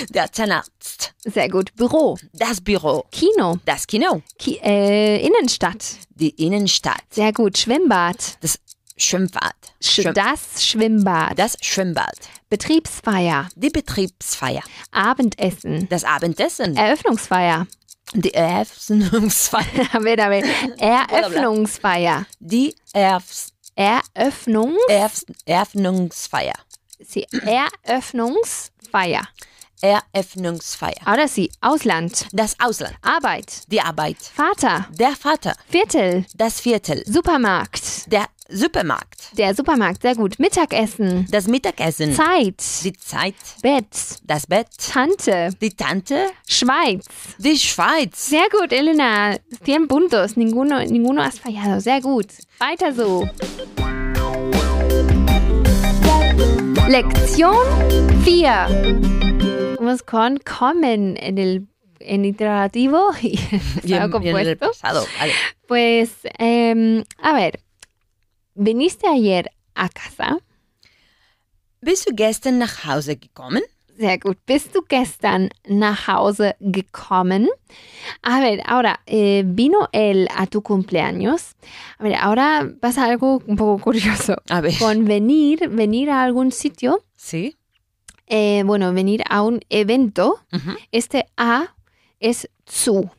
S3: der Zahnarzt,
S1: sehr gut, Büro,
S3: das Büro,
S1: Kino,
S3: das Kino,
S1: Ki äh, Innenstadt.
S3: die Innenstadt,
S1: Sehr gut. Schwimmbad.
S3: das Schwimmbad,
S1: Sch
S3: Schwim-
S1: das Schwimmbad.
S3: das Schwimmbad,
S1: Betriebsfeier.
S3: die Betriebsfeier,
S1: Abendessen.
S3: das Abendessen,
S1: Eröffnungsfeier. <laughs>
S3: die Eröffnungsfeier,
S1: A ver, a ver. Eröffnungsfeier.
S3: die Eröffnungsfeier.
S1: Eröffnung.
S3: Erf Eröffnungsfeier.
S1: Sí, Eröffnungsfeier.
S3: Eröffnungsfeier.
S1: Ahora sí. Ausland.
S3: Das Ausland.
S1: Arbeit.
S3: Die Arbeit.
S1: Vater.
S3: Der Vater.
S1: Viertel.
S3: Das Viertel.
S1: Supermarkt.
S3: Der Supermarkt.
S1: Der Supermarkt. Sehr gut. Mittagessen.
S3: Das Mittagessen.
S1: Zeit.
S3: Die Zeit.
S1: Bett.
S3: Das Bett.
S1: Tante.
S3: Die Tante.
S1: Schweiz.
S3: Die Schweiz.
S1: Sehr gut, Elena. 100 puntos. Ninguno, ninguno has fallado. Sehr gut. Weiter so. Lección 4. Vamos con common en el en iterativo <laughs> y
S3: Y en-
S1: estado
S3: y en el
S1: compuesto.
S3: pasado. Vale.
S1: Pues, em, a ver. Viniste ayer a casa.
S3: Bist du gestern nach Hause gekommen?
S1: Sehr gut. Bist du gestern nach Hause gekommen? A ver, ahora, eh, vino él a tu cumpleaños. A ver, ahora pasa algo un poco curioso.
S3: A ver.
S1: Con venir, venir a algún sitio
S3: Sí.
S1: eh, bueno, venir a un evento,
S3: Mhm.
S1: este a es zu,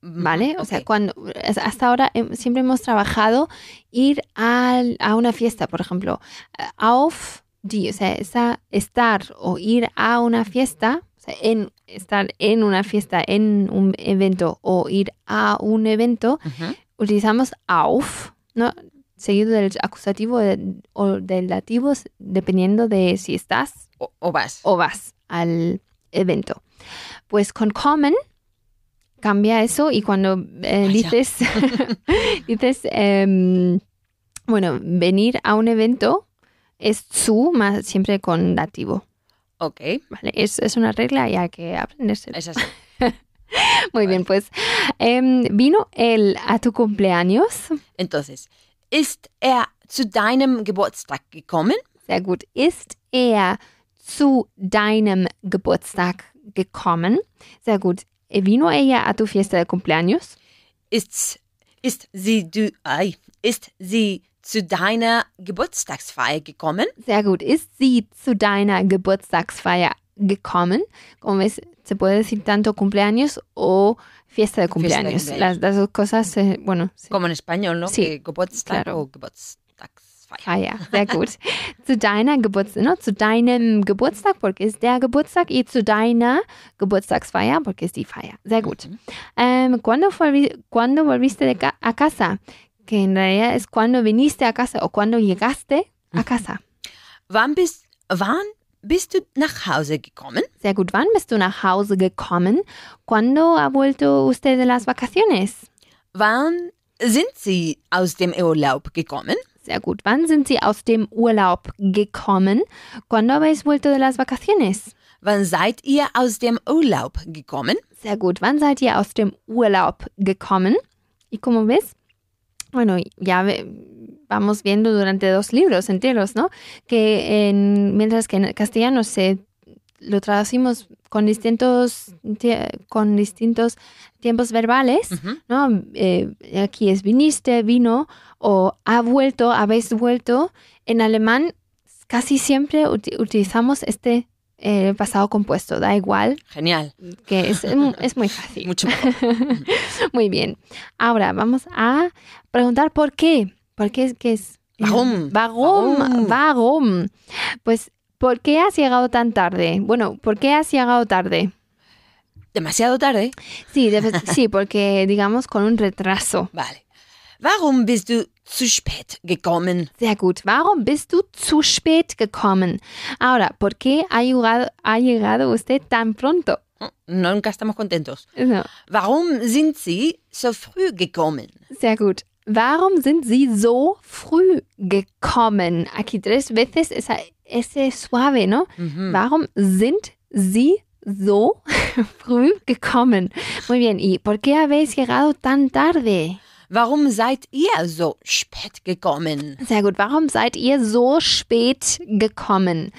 S1: ¿vale? O sea,
S3: Mhm, Okay.
S1: cuando es- hasta ahora hem- siempre hemos trabajado ir al- a una fiesta, por ejemplo, eh, auf die, o sea, esa- estar o ir a una fiesta, o sea, en estar en una fiesta, en un evento o ir a un evento
S3: Mhm.
S1: utilizamos auf, ¿no? seguido del acusativo de- o del dativo, s- dependiendo de si estás
S3: O, o was?
S1: o vas al evento. Pues con kommen cambia eso y cuando eh,
S3: Ah, ya.
S1: dices, <laughs> dices em, bueno, venir a un evento es zu, más siempre con dativo.
S3: Okay,
S1: ¿vale? Es, es una regla y hay que aprenderse.
S3: es así.
S1: Muy bien, pues em, vino él a tu cumpleaños.
S3: Entonces, ist er zu deinem Geburtstag gekommen?
S1: Sehr gut. Ist er zu deinem Geburtstag gekommen? Sehr gut. Vino ella a tu fiesta de cumpleaños?
S3: Ist, ist, sie, du, ei, ist sie zu deiner Geburtstagsfeier gekommen?
S1: Sehr gut. Ist sie zu deiner Geburtstagsfeier gekommen? Como ves, se puede decir tanto cumpleaños o fiesta de cumpleaños.
S3: cumpleaños.
S1: Las, las dos cosas, eh, bueno, se-
S3: Como en español, ¿no?
S1: Sí,
S3: Que Geburtstag
S1: claro.
S3: o Geburtstagsfeier.
S1: Feier. Ah, Sehr gut. zu deiner Geburtstag, no, zu deinem Geburtstag, porque es der Geburtstag, y zu deiner Geburtstagsfeier, porque es die Feier. Sehr gut. Ähm, ¿cuándo, volvi- cuándo volviste de ca- a casa? Que en realidad es cuando viniste a casa o cuando llegaste a casa.
S3: Wann bist, wann bist du nach Hause gekommen?
S1: Sehr gut. Wann bist du nach Hause gekommen? ¿Cuándo ha vuelto usted de las vacaciones?
S3: Wann sind sie aus dem Urlaub gekommen?
S1: Sehr gut. Wann sind Sie aus dem Urlaub gekommen? ¿Cuándo habéis vuelto de las vacaciones?
S3: Wann seid ihr aus dem Urlaub gekommen?
S1: Sehr gut. Wann seid ihr aus dem Urlaub gekommen? ¿Y cómo ves? Bueno, ya ve- vamos viendo durante dos libros enteros, ¿no? Que en- mientras que en castellano se lo traducimos con distintos, tie- con distintos tiempos verbales,
S3: Mhm.
S1: ¿no? Eh, aquí es viniste, vino o ha vuelto, habéis vuelto. En alemán casi siempre uti- utilizamos este eh, pasado compuesto, da igual
S3: Genial.
S1: que es, es muy fácil.
S3: Mucho <laughs> mejor.
S1: Muy bien. Ahora vamos a preguntar por qué. ¿Por qué es que es?
S3: Warum?
S1: Warum?
S3: Warum?
S1: Warum? Pues, ¿por qué has llegado tan tarde? Bueno, ¿por qué has llegado tarde?
S3: Demasiado tarde.
S1: Sí, de- sí, porque digamos con un retraso.
S3: Vale. Warum bist du zu spät gekommen?
S1: Sehr gut. Warum bist du zu spät gekommen? Ahora, ¿por qué ha llegado, ha llegado usted tan pronto?
S3: Hm, Nunca estamos contentos.
S1: No.
S3: Warum sind sie so früh gekommen?
S1: Sehr gut. Warum sind Sie so früh gekommen? Aquí tres veces esa, ese suave, ¿no? Warum sind Sie so <laughs> früh gekommen? Muy bien. ¿Y por qué habéis llegado tan tarde?
S3: Warum seid ihr so spät gekommen?
S1: Sehr gut. Warum seid ihr so spät gekommen?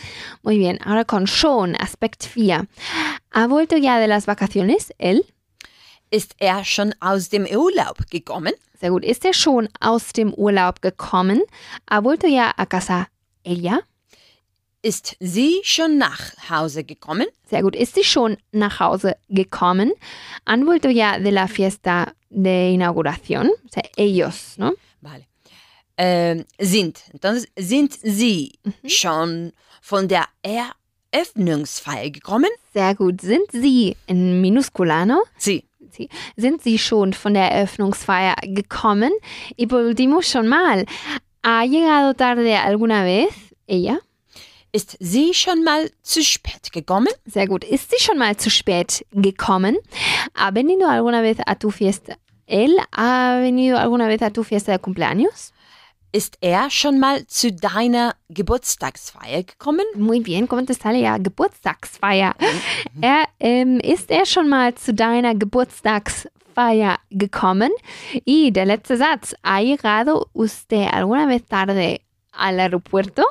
S1: Muy bien. Ahora con schon, Aspekt 4. ¿Ha vuelto ya de las vacaciones? Él.
S3: Ist er schon aus dem Urlaub gekommen?
S1: Sehr gut. Ist er schon aus dem Urlaub gekommen? ¿Ha vuelto ya a casa? Ella.
S3: Ist sie schon nach Hause gekommen?
S1: Sehr gut. Ist sie schon nach Hause gekommen? Han vuelto ya de la fiesta de inauguración. O sea, ellos, ne? ¿no?
S3: Vale. Ähm, sind. Entonces, sind sie schon von der Eröffnungsfeier gekommen?
S1: Sehr gut. Sind sie in minúscula, ¿no?
S3: Sie.
S1: Sie, sind sie schon von der Eröffnungsfeier gekommen? Y por último, schon mal. ¿Ha llegado tarde alguna vez? Ella.
S3: Ist sie schon mal zu spät gekommen?
S1: Sehr gut. Ist sie schon mal zu spät gekommen? ¿Ha venido alguna vez a tu fiesta? ¿Él ha venido alguna vez a tu fiesta de cumpleaños?
S3: Ist er schon mal zu deiner Geburtstagsfeier gekommen?
S1: Muy bien, ¿cómo te sale ja Geburtstagsfeier? Er, ähm, ist er schon mal zu deiner Geburtstagsfeier gekommen? Y der letzte Satz, ¿ha llegado usted alguna vez tarde al aeropuerto?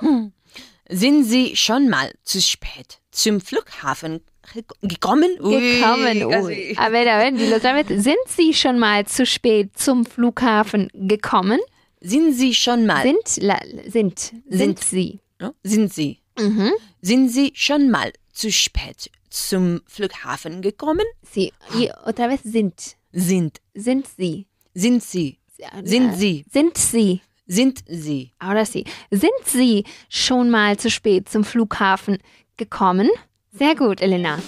S3: Sind sie schon mal zu spät zum Flughafen ge- gekommen? Ui,
S1: gekommen.
S3: casi.
S1: Uy. A ver, a ver, dilo otra vez. ¿Sind Sie schon mal zu spät zum Flughafen gekommen?
S3: Sind sie schon mal?
S1: Sind, la, sind, sind,
S3: Ah. Sind.
S1: Sie.
S3: No? Sind sie?
S1: Mhm.
S3: Sind Sie schon mal zu spät zum Flughafen gekommen?
S1: Sí. Y otra vez sind.
S3: Sind,
S1: Sind sie. Ah,
S3: sind Sie, sind Sie,
S1: Sind sie.
S3: sind Sie,
S1: Ahora sí. Sind sie schon mal zu spät zum Flughafen gekommen? Sehr gut, Elena.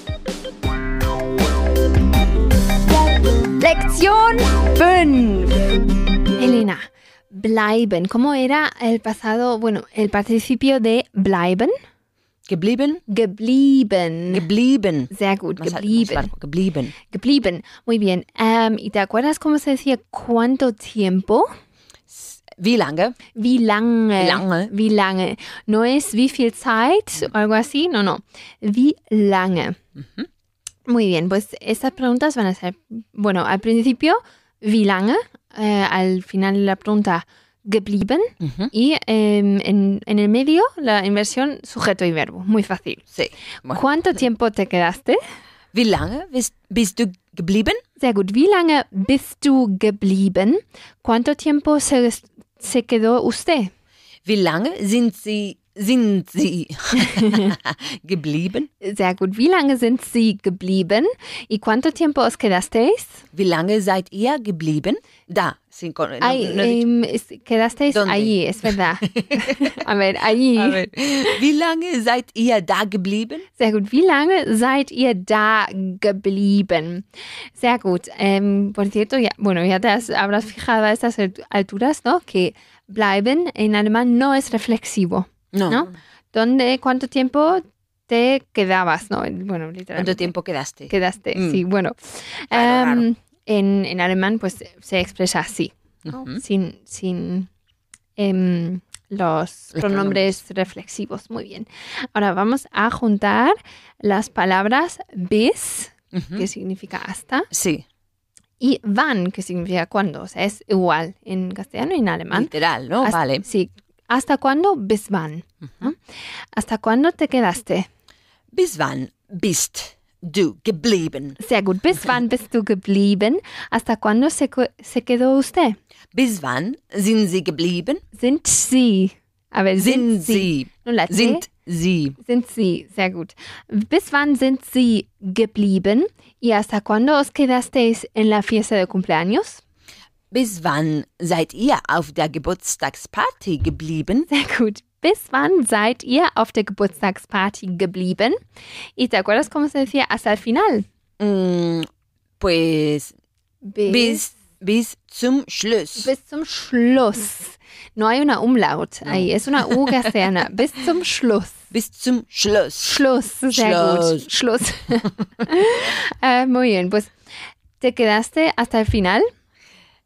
S1: Lektion 5. Elena, bleiben. ¿Cómo era el pasado? Bueno, el participio de bleiben.
S3: geblieben,
S1: Geblieben.
S3: geblieben.
S1: Sehr gut,
S3: Was hat-
S1: geblieben.
S3: was war- geblieben.
S1: Geblieben. Muy bien. Ähm, ¿Y te acuerdas cómo se decía cuánto tiempo?
S3: Wie lange?
S1: Wie lange?
S3: Lange.
S1: Wie lange? No es wie viel Zeit, algo así. No, no. Wie lange? Muy bien, pues estas preguntas van a ser, bueno, al principio, wie lange, eh, al final la pregunta geblieben
S3: Mhm.
S1: y em, en, en el medio la inversión sujeto y verbo. Muy fácil.
S3: Sí. Bueno.
S1: ¿Cuánto tiempo te quedaste?
S3: Wie lange bist, bist du geblieben?
S1: Sehr gut. Wie lange bist du geblieben? ¿Cuánto tiempo se, se quedó usted?
S3: Wie lange sind Sie, sind Sie <laughs> geblieben?
S1: Sehr gut. Wie lange sind Sie geblieben? ¿Y cuánto tiempo os quedasteis?
S3: Wie lange seid ihr geblieben? Da. Sie kon-
S1: Ay,
S3: no- no-
S1: em, es- quedasteis
S3: ¿Dónde?
S1: allí, es
S3: <laughs>
S1: verdad. A ver, allí.
S3: A ver.
S1: ähm.
S3: Wie lange seid ihr da geblieben?
S1: Sehr gut. Wie lange seid ihr da geblieben? Sehr gut. Em, por cierto, ya, bueno, ya te has- habrás fijado a estas alt- alturas, ¿no? Que bleiben en alemán no es reflexivo. ¿no? ¿Dónde, cuánto tiempo te quedabas? No, bueno,
S3: ¿Cuánto
S1: literalmente.
S3: tiempo quedaste?
S1: Quedaste,
S3: Mm.
S1: sí, bueno.
S3: Raro, raro.
S1: Em, En, en alemán, pues se expresa así, ¿no?
S3: Mhm.
S1: sin, sin em, los
S3: Los
S1: pronombres reflexivos. Muy bien. Ahora vamos a juntar las palabras bis,
S3: Mhm.
S1: que significa hasta,
S3: Sí,
S1: y wann, que significa cuándo. O sea, es igual en castellano y en alemán.
S3: literal, ¿no?
S1: Hasta-
S3: oh, Vale.
S1: Sí. ¿Hasta cuándo? Bis wann. ¿no? ¿Hasta cuándo te quedaste?
S3: Bis wann bist du geblieben?
S1: Sehr gut. Bis wann bist du geblieben? ¿Hasta cuándo se, cu- se quedó usted?
S3: Bis wann sind Sie geblieben?
S1: Sind Sie. A ver,
S3: Sind Sie,
S1: Nun, la T.
S3: sind Sie
S1: Sind Sie. Sehr gut. Bis wann sind Sie geblieben? ¿Y hasta cuándo os quedasteis en la fiesta de cumpleaños?
S3: Bis wann seid ihr auf der Geburtstagsparty geblieben?
S1: Sehr gut. Bis wann seid ihr auf der Geburtstagsparty geblieben? ¿Y te acuerdas cómo se decía hasta el final?
S3: Mm, Pues bis, bis zum Schluss.
S1: Bis zum Schluss. No hay una umlaut. Ahí es una U castellana. Bis zum Schluss.
S3: Bis zum Schluss.
S1: Schluss, sehr gut. Schluss. <laughs> Eh, muy bien, pues te quedaste hasta el final.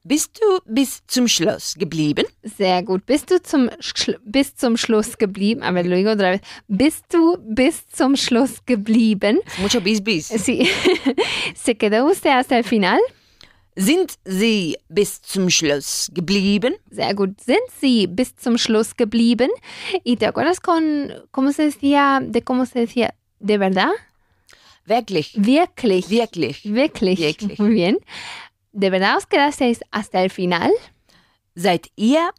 S3: Bist du bis zum Schluss geblieben?
S1: Sehr gut. Bist du zum, Schl- bis zum Schluss geblieben? Aber lo digo otra vez. Bist du bis zum Schluss geblieben?
S3: Mucho bis bis.
S1: Sí. <laughs> ¿Se quedó usted hasta el final?
S3: Sind Sie bis zum Schluss geblieben?
S1: Sehr gut. Sind Sie bis zum Schluss geblieben? ¿Y te acuerdas con cómo se decía, de cómo se decía, de verdad?
S3: Wirklich,
S1: Wirklich.
S3: wirklich.
S1: Wirklich.
S3: Wirklich.
S1: Muy bien. ¿De verdad os quedasteis hasta el final?
S3: Seid ihr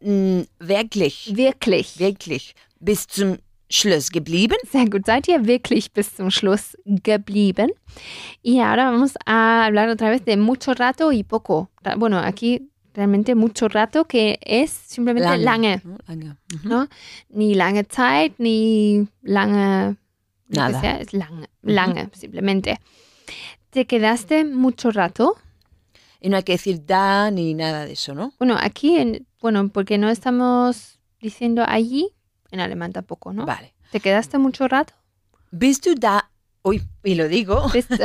S3: mm, wirklich,
S1: Wirklich.
S3: wirklich bis zum Schluss geblieben?
S1: Sehr gut. Seid ihr wirklich bis zum Schluss geblieben? Y ahora vamos a hablar otra vez de mucho rato y poco. Ra- Bueno, aquí realmente mucho rato que es simplemente lange,
S3: Lange. Mhm.
S1: ¿no? Ni lange Zeit, ni lange. lo que
S3: Nada.
S1: sea, es lange, lange, simplemente. ¿Te quedaste mucho rato?
S3: Y no hay que decir da ni nada de eso, ¿no?
S1: Bueno, aquí, en- bueno, porque no estamos diciendo allí, en alemán tampoco, ¿no?
S3: Vale.
S1: ¿Te quedaste mucho rato?
S3: Bist du da? Uy, y
S1: <laughs>
S3: lo digo.
S1: Bist-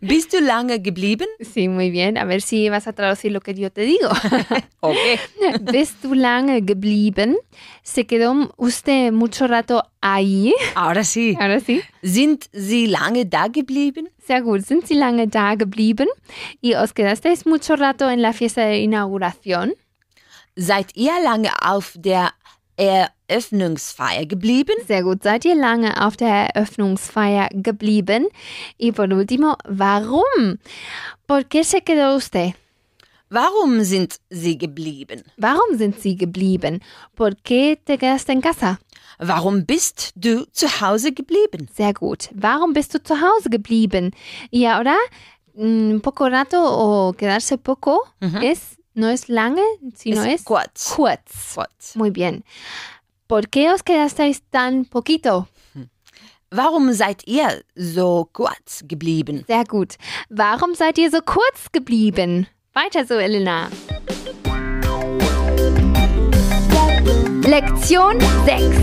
S3: Bist du lange geblieben?
S1: Sí, muy bien. A ver si vas a traducir lo que yo te digo. <laughs>
S3: Okay.
S1: ¿Bist du lange geblieben? ¿Se quedó usted mucho rato ahí?
S3: Ahora sí.
S1: Ahora sí.
S3: Sind Sie lange da geblieben?
S1: Sehr gut. ¿Sind Sie lange da geblieben? ¿Y os quedasteis mucho rato en la fiesta de inauguración?
S3: Seid ihr lange auf der Eröffnungsfeier geblieben?
S1: Sehr gut. Seid ihr lange auf der Eröffnungsfeier geblieben? Y por último, ¿warum? ¿Por qué se quedó usted?
S3: Warum sind Sie geblieben?
S1: ¿Warum sind Sie geblieben? ¿Por qué te quedaste en casa?
S3: Warum bist du zu Hause geblieben?
S1: Sehr gut. Warum bist du zu Hause geblieben? Y ahora, mm, poco rato o quedarse poco
S3: Mhm.
S1: es, no es lange, sino es,
S3: kurz.
S1: kurz.
S3: kurz.
S1: Muy bien. ¿Por qué os quedasteis tan poquito?
S3: Warum seid ihr so kurz geblieben?
S1: Sehr gut. Warum seid ihr so kurz geblieben? Weiter so, Elena. Lección 6.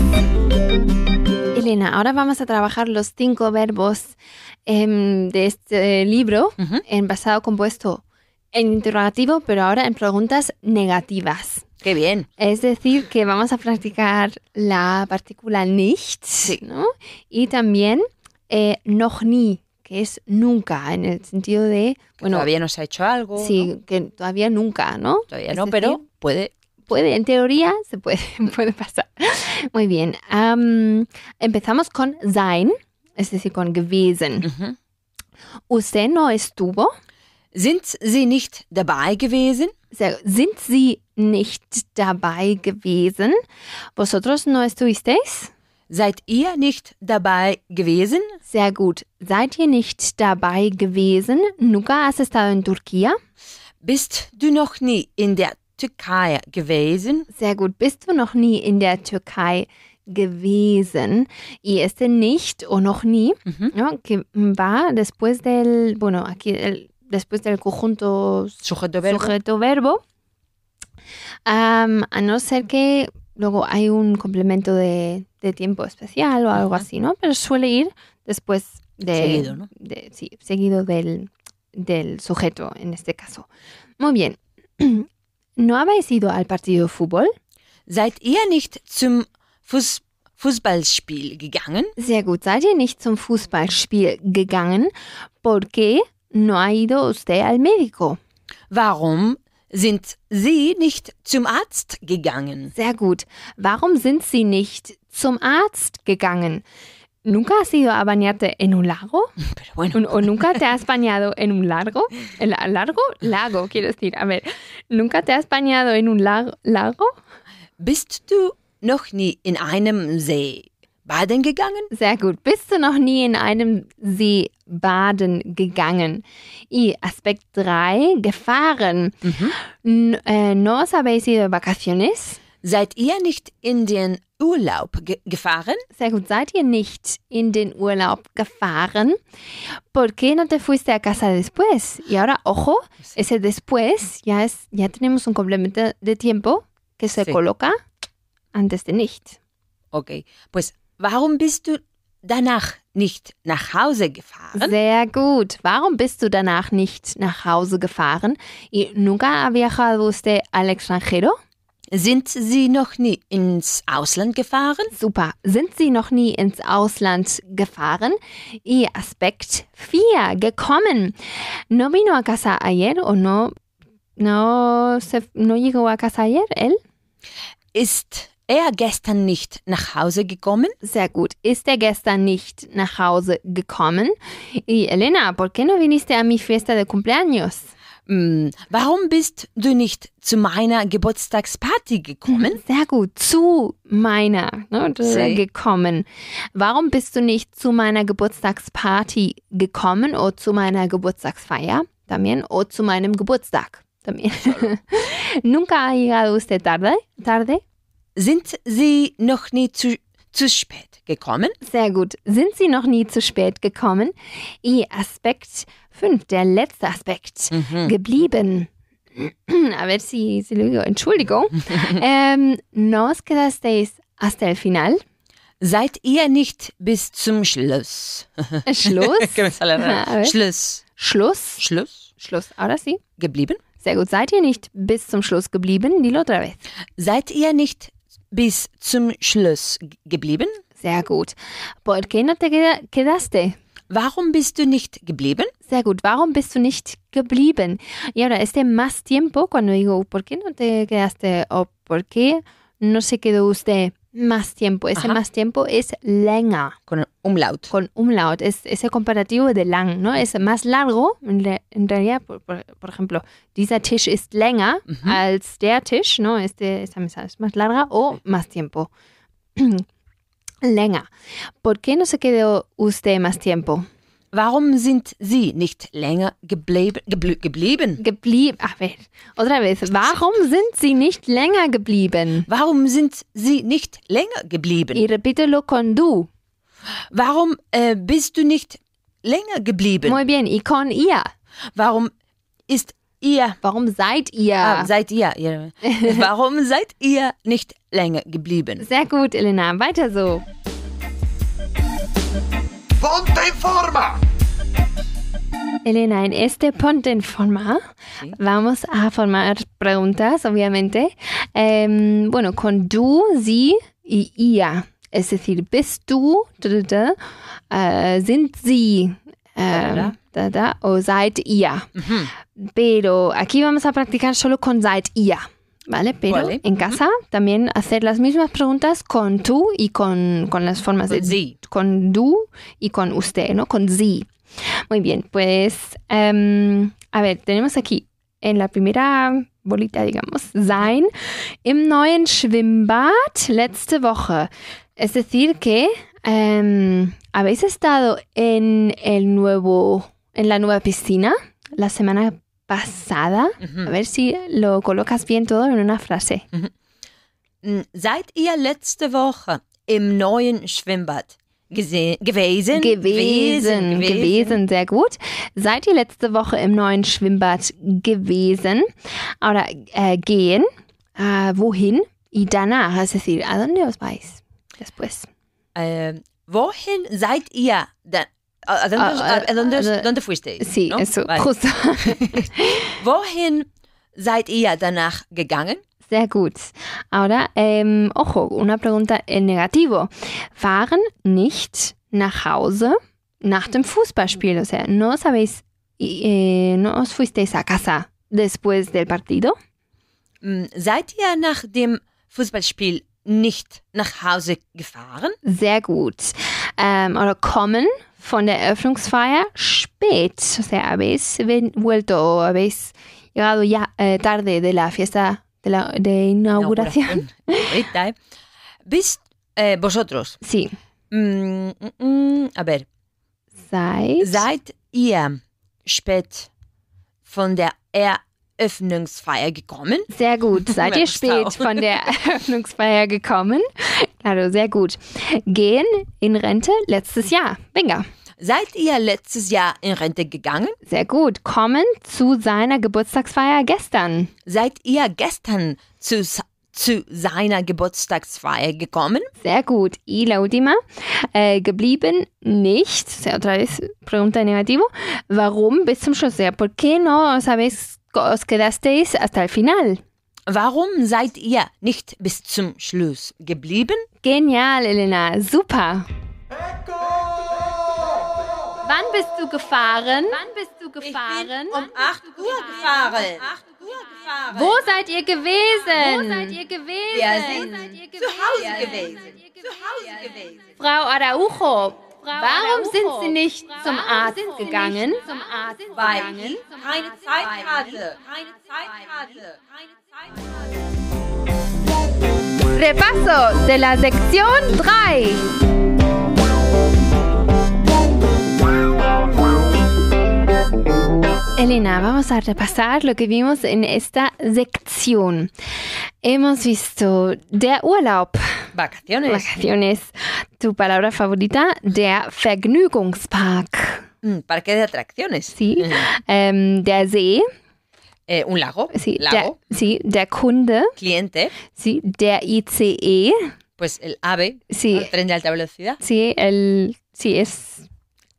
S1: Elena, ahora vamos a trabajar los cinco verbos em, de este eh, libro
S3: Ujú.
S1: en pasado compuesto en interrogativo, pero ahora en preguntas negativas.
S3: Qué bien.
S1: Es decir, que vamos a practicar la partícula nicht ¿no? y también eh, noch nie, que es nunca, en el sentido de, bueno,
S3: Todavía no se ha hecho algo. ¿no?
S1: sí, que todavía nunca, ¿no?
S3: Todavía
S1: Es
S3: no, pero puede.
S1: Puede, en teoría, se puede, <laughs> puede pasar. Muy bien. am, empezamos con sein, es decir, con gewesen.
S3: Mhm.
S1: Usted no estuvo.
S3: Sind sie nicht dabei gewesen?
S1: Sehr gut. Sind Sie nicht dabei gewesen? Vosotros no estuvisteis?
S3: Seid ihr nicht dabei gewesen?
S1: Sehr gut. Seid ihr nicht dabei gewesen? Nunca has estado en Turquía.
S3: Bist du noch nie in der Türkei gewesen?
S1: Sehr gut. Bist du noch nie in der Türkei gewesen? Y este nicht o noch nie,
S3: Mhm.
S1: ¿no? que va después del, bueno, aquí el, después del conjunto
S3: Sujeto verbo.
S1: sujeto verbo. Am, a no ser que luego hay un complemento de, de tiempo especial o algo
S3: Ajá.
S1: así, ¿no? Pero suele ir después de...
S3: Seguido, ¿no?
S1: de- sí, seguido del, del sujeto en este caso. Muy bien. <clears throat> ¿No habéis ido al partido de fútbol?
S3: Seid ihr nicht zum Fuß Fußballspiel gegangen?
S1: Sehr gut. Seid ihr nicht zum Fußballspiel gegangen? ¿Por qué no ha ido usted al médico?
S3: Warum sind sie nicht zum Arzt gegangen?
S1: Sehr gut. Warum sind Sie nicht zum Arzt gegangen? ¿Nunca has ido a bañarte en un lago?
S3: Pero bueno,
S1: Un- ¿O nunca te has bañado en un largo? El- ¿Largo? Lago, quiero decir. A ver, ¿nunca te has bañado en un lar- lago?
S3: bist du noch nie in einem See baden gegangen?
S1: Sehr gut. Bist du noch nie in einem See baden gegangen? Y Aspekt 3, Gefahren. N- äh, ¿No os habéis ido de vacaciones?
S3: Seid ihr nicht in den Urlaub ge gefahren?
S1: Sehr gut. Seid ihr nicht in den Urlaub gefahren? ¿Por qué no te fuiste a casa después? Y ahora, ojo, ese después ya, es, ya tenemos un complemento de tiempo que se
S3: Sí.
S1: coloca antes de nicht.
S3: Okay, pues warum bist du danach nicht nach Hause gefahren?
S1: Sehr gut. Warum bist du danach nicht nach Hause gefahren? ¿Y nunca ha viajado usted al extranjero?
S3: Sind sie noch nie ins Ausland gefahren?
S1: Super. Sind Sie noch nie ins Ausland gefahren? Y Aspekt 4. Gekommen. ¿No vino a casa ayer o no? No, se, no llegó a casa ayer, él.
S3: Ist er gestern nicht nach Hause gekommen?
S1: Sehr gut. Ist er gestern nicht nach Hause gekommen? Y Elena, ¿por qué no viniste a mi fiesta de cumpleaños?
S3: Hm, warum bist du nicht zu meiner Geburtstagsparty gekommen?
S1: Sehr gut. Zu meiner ne, d-
S3: Sí.
S1: gekommen. Warum bist du nicht zu meiner Geburtstagsparty gekommen oder zu meiner Geburtstagsfeier? También. Oder zu meinem Geburtstag? También. <laughs> Nunca ha llegado usted tarde? Tarde?
S3: Sind sie noch nie zu, zu spät gekommen?
S1: Sehr gut. Sind Sie noch nie zu spät gekommen? I Aspekt 5, der letzte Aspekt. Geblieben. <clears throat> A ver si, si lo digo. Entschuldigung. ähm, nos quedasteis hasta el final.
S3: Seid ihr nicht bis zum Schluss? <laughs>
S1: Schluss. A ver.
S3: Schluss.
S1: Schluss.
S3: Schluss.
S1: Schluss. Ahora sí.
S3: Geblieben?
S1: Sehr gut. Seid ihr nicht bis zum Schluss geblieben? Dilo otra vez.
S3: Seid ihr nicht bis zum Schluss g- geblieben?
S1: Sehr gut. ¿Por qué no te queda- quedaste?
S3: Warum bist du nicht geblieben?
S1: Sehr gut. Warum bist du nicht geblieben? Y ahora, este más tiempo, cuando digo, ¿por qué no te quedaste? O ¿por qué no se quedó usted más tiempo? Ese
S3: Ajá.
S1: más tiempo es länger,
S3: Con Umlaut.
S1: con umlaut. Es ese comparativo de lang, ¿no? Es más largo, en, re- en realidad, por, por- por ejemplo, dieser Tisch ist länger als der Tisch, ¿no? Este, esta mesa es más larga o más tiempo. <clears throat> länger. ¿Por qué no se quedó usted más tiempo?
S3: Warum sind Sie nicht länger geblieben? Gebl geblieben?
S1: Geblieben. A ver, otra vez. Warum sind Sie nicht länger geblieben?
S3: Warum sind Sie nicht länger geblieben?
S1: Y repítelo con du.
S3: Warum äh, bist du nicht länger geblieben?
S1: Muy bien. Y con ihr.
S3: Warum ist ihr,
S1: Warum seid ihr?
S3: ah, seid ihr, ihr warum seid ihr nicht länger geblieben?
S1: Sehr gut, Elena. Weiter so.
S5: Ponte en forma.
S1: Elena, en este ponte en forma, vamos a formar preguntas, obviamente. Em, bueno, con du, sie y ihr. Es decir, bist du, da, da, da, eh, sind sie, eh, da, da, o seid ihr. Pero aquí vamos a practicar solo con seid ihr. ¿Vale? Pero
S3: Vale.
S1: en casa también hacer las mismas preguntas con tú y con, con las formas
S3: Con
S1: de
S3: sie.
S1: con du y con usted, ¿no? Con sie. Muy bien, pues em, a ver, tenemos aquí en la primera bolita, digamos, sein im neuen Schwimmbad letzte Woche. Es decir que em, habéis estado en el nuevo, en la nueva piscina la semana pasada.
S3: Mhm.
S1: A ver si lo colocas bien todo en una frase.
S3: Mm, Seid ihr letzte Woche im neuen Schwimmbad gese- gewesen?
S1: gewesen, gewesen, sehr gut. Seid ihr letzte Woche im neuen Schwimmbad gewesen? Oder äh, gehen? Äh, wohin? Y danach, es decir, ¿a dónde os vais? Después.
S3: Ähm, wohin seid ihr äh, dann? ¿A dónde,
S1: Ah, also, ah,
S3: a dónde,
S1: ah,
S3: dónde fuisteis?
S1: Sí,
S3: no?
S1: eso,
S3: Vale.
S1: justo. <laughs>
S3: Wohin seid ihr danach gegangen?
S1: Sehr gut. Ahora, ähm, ojo, una pregunta en negativo. Fahren nicht nach Hause nach dem Fußballspiel. O sea, no os habéis, eh, no os fuisteis a casa después del partido.
S3: Mm, Seid ihr nach dem Fußballspiel nicht nach Hause gefahren?
S1: Sehr gut. Ähm, oder kommen von der Eröffnungsfeier spät. O sea, habéis ven- vuelto o habéis llegado ya eh, tarde de la fiesta de, la, de inauguración.
S3: Ahorita, eh. Bist eh, vosotros?
S1: Sí.
S3: Mm, mm, mm, a ver,
S1: Seid.
S3: seid ihr spät von der Eröffnungsfeier gekommen?
S1: Sehr <laughs> gut. Seid ihr
S3: Mensch, Tau.
S1: spät von <laughs> der Eröffnungsfeier gekommen? Claro, sehr gut. Gehen in Rente letztes Jahr. Venga.
S3: Seid ihr letztes Jahr in Rente gegangen?
S1: Sehr gut. Kommen zu seiner Geburtstagsfeier gestern.
S3: Seid ihr gestern zu, sa- zu seiner Geburtstagsfeier gekommen?
S1: Sehr gut. Y la última. Äh, geblieben nicht. O sea, otra vez pregunta en negativo. Warum bis zum Schluss? O sea, ¿Por qué no os habéis os quedasteis hasta el final?
S3: Warum seid ihr nicht bis zum Schluss geblieben?
S1: Genial, Elena. Super. Wann bist du gefahren? Wann bist du gefahren?
S3: 8 Um Uhr gefahren.
S1: Wo seid ihr gewesen? Wo seid ihr
S3: Wir
S1: gewesen?
S3: sind zu Hause gewesen. Zu Hause gewesen.
S1: Frau Araujo, warum sind Sie nicht zum Arzt gegangen? Zum Arzt
S3: Weil ich keine Zeit hatte. Keine Zeit hatte.
S1: Repaso de la sección 3. Elena, vamos a repasar lo que vimos en esta sección. Hemos visto der Urlaub,
S3: Vacaciones.
S1: vacaciones, tu palabra favorita, der Vergnügungspark,
S3: Mm, Parque de atracciones.
S1: ¿sí? Ähm, der See,
S3: Eh, un lago.
S1: ¿sí? Der,
S3: Lago.
S1: sí, der Kunde,
S3: Cliente.
S1: ¿sí? Der ICE,
S3: Pues el AVE.
S1: E, Sí.
S3: El tren de alta velocidad.
S1: Sí, el, sí, es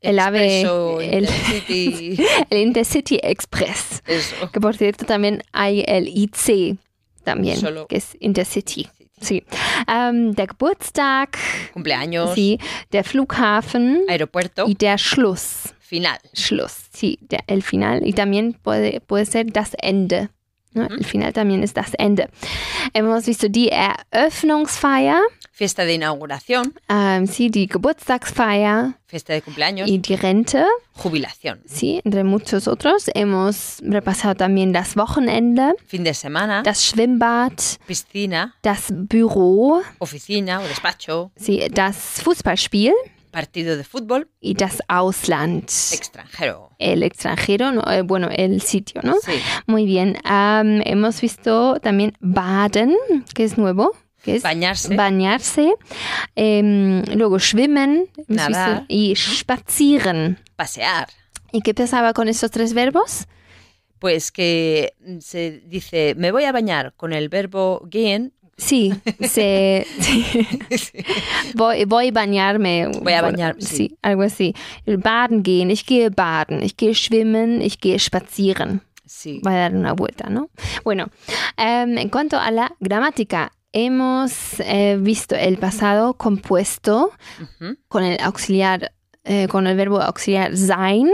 S1: el AVE,
S3: Expreso,
S1: el,
S3: Intercity.
S1: <laughs> el Intercity Express,
S3: Eso.
S1: que por cierto también hay el IC también,
S3: Solo-
S1: que es Intercity. Sí. Ähm, der Geburtstag,
S3: Cumpleaños.
S1: sí, der Flughafen
S3: Aeropuerto.
S1: y der Schluss.
S3: Final.
S1: Schluss, sí, der, el final. Y también puede, puede ser das Ende. ¿no? El final también es das Ende. Hemos visto die Eröffnungsfeier,
S3: Fiesta de inauguración,
S1: ähm, sí, die Geburtstagsfeier
S3: fiesta de cumpleaños,
S1: y die Rente,
S3: jubilación,
S1: sí, entre muchos otros. Hemos repasado también das Wochenende,
S3: fin de semana,
S1: das Schwimmbad,
S3: piscina,
S1: das Büro,
S3: oficina o despacho,
S1: sí, das Fußballspiel
S3: partido de fútbol,
S1: y das Ausland.
S3: extranjero.
S1: el extranjero, no, eh, bueno, el sitio, ¿no?
S3: Sí.
S1: Muy bien. Am, hemos visto también Baden, que es nuevo. Que es
S3: Bañarse.
S1: bañarse. Em, luego schwimmen. hemos
S3: Nadar.
S1: visto, Y spazieren.
S3: pasear.
S1: ¿Y qué pasaba con esos tres verbos?
S3: Pues que mm, se dice, me voy a bañar con el verbo gehen,
S1: Sí,
S3: <laughs>
S1: se, sí. Voy, voy a bañarme.
S3: Voy a bañar, sí.
S1: sí. Algo así. Baden gehen, ich gehe baden, ich gehe schwimmen, ich gehe spazieren.
S3: sí,
S1: va a dar una vuelta, ¿no? Bueno, em, en cuanto a la gramática, hemos eh, visto el pasado compuesto
S3: Ujú.
S1: con el auxiliar, eh, con el verbo auxiliar sein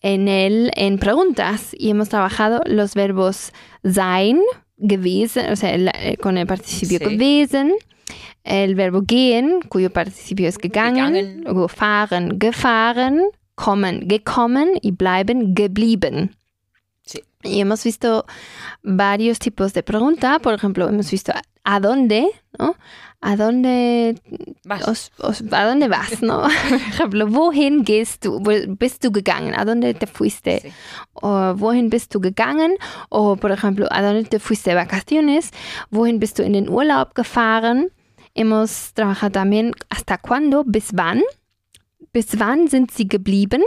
S1: en el en preguntas y hemos trabajado los verbos sein gewesen, o sea, el- eh, con el participio
S3: Sí.
S1: gewesen. El verbo gehen, cuyo participio es gegangen,
S3: Gegangen.
S1: luego fahren, gefahren, kommen, gekommen y bleiben, geblieben.
S3: Sí.
S1: Y hemos visto varios tipos de pregunta. Por ejemplo, hemos visto a- a dónde, ¿no? ¿A dónde,
S3: vas.
S1: os, os- ¿a dónde vas, no? <laughs> Por ejemplo, ¿wohin gehst du? Wo- ¿Bist du gegangen? ¿A dónde te fuiste?
S3: Sí.
S1: O, ¿Wohin bist du gegangen? Oh, O, por ejemplo, ¿a dónde te also fuiste de vacaciones? ¿Wohin bist du in den Urlaub gefahren? Hemos trabajado también hasta cuándo, bis wann. ¿Bis wann sind sie geblieben?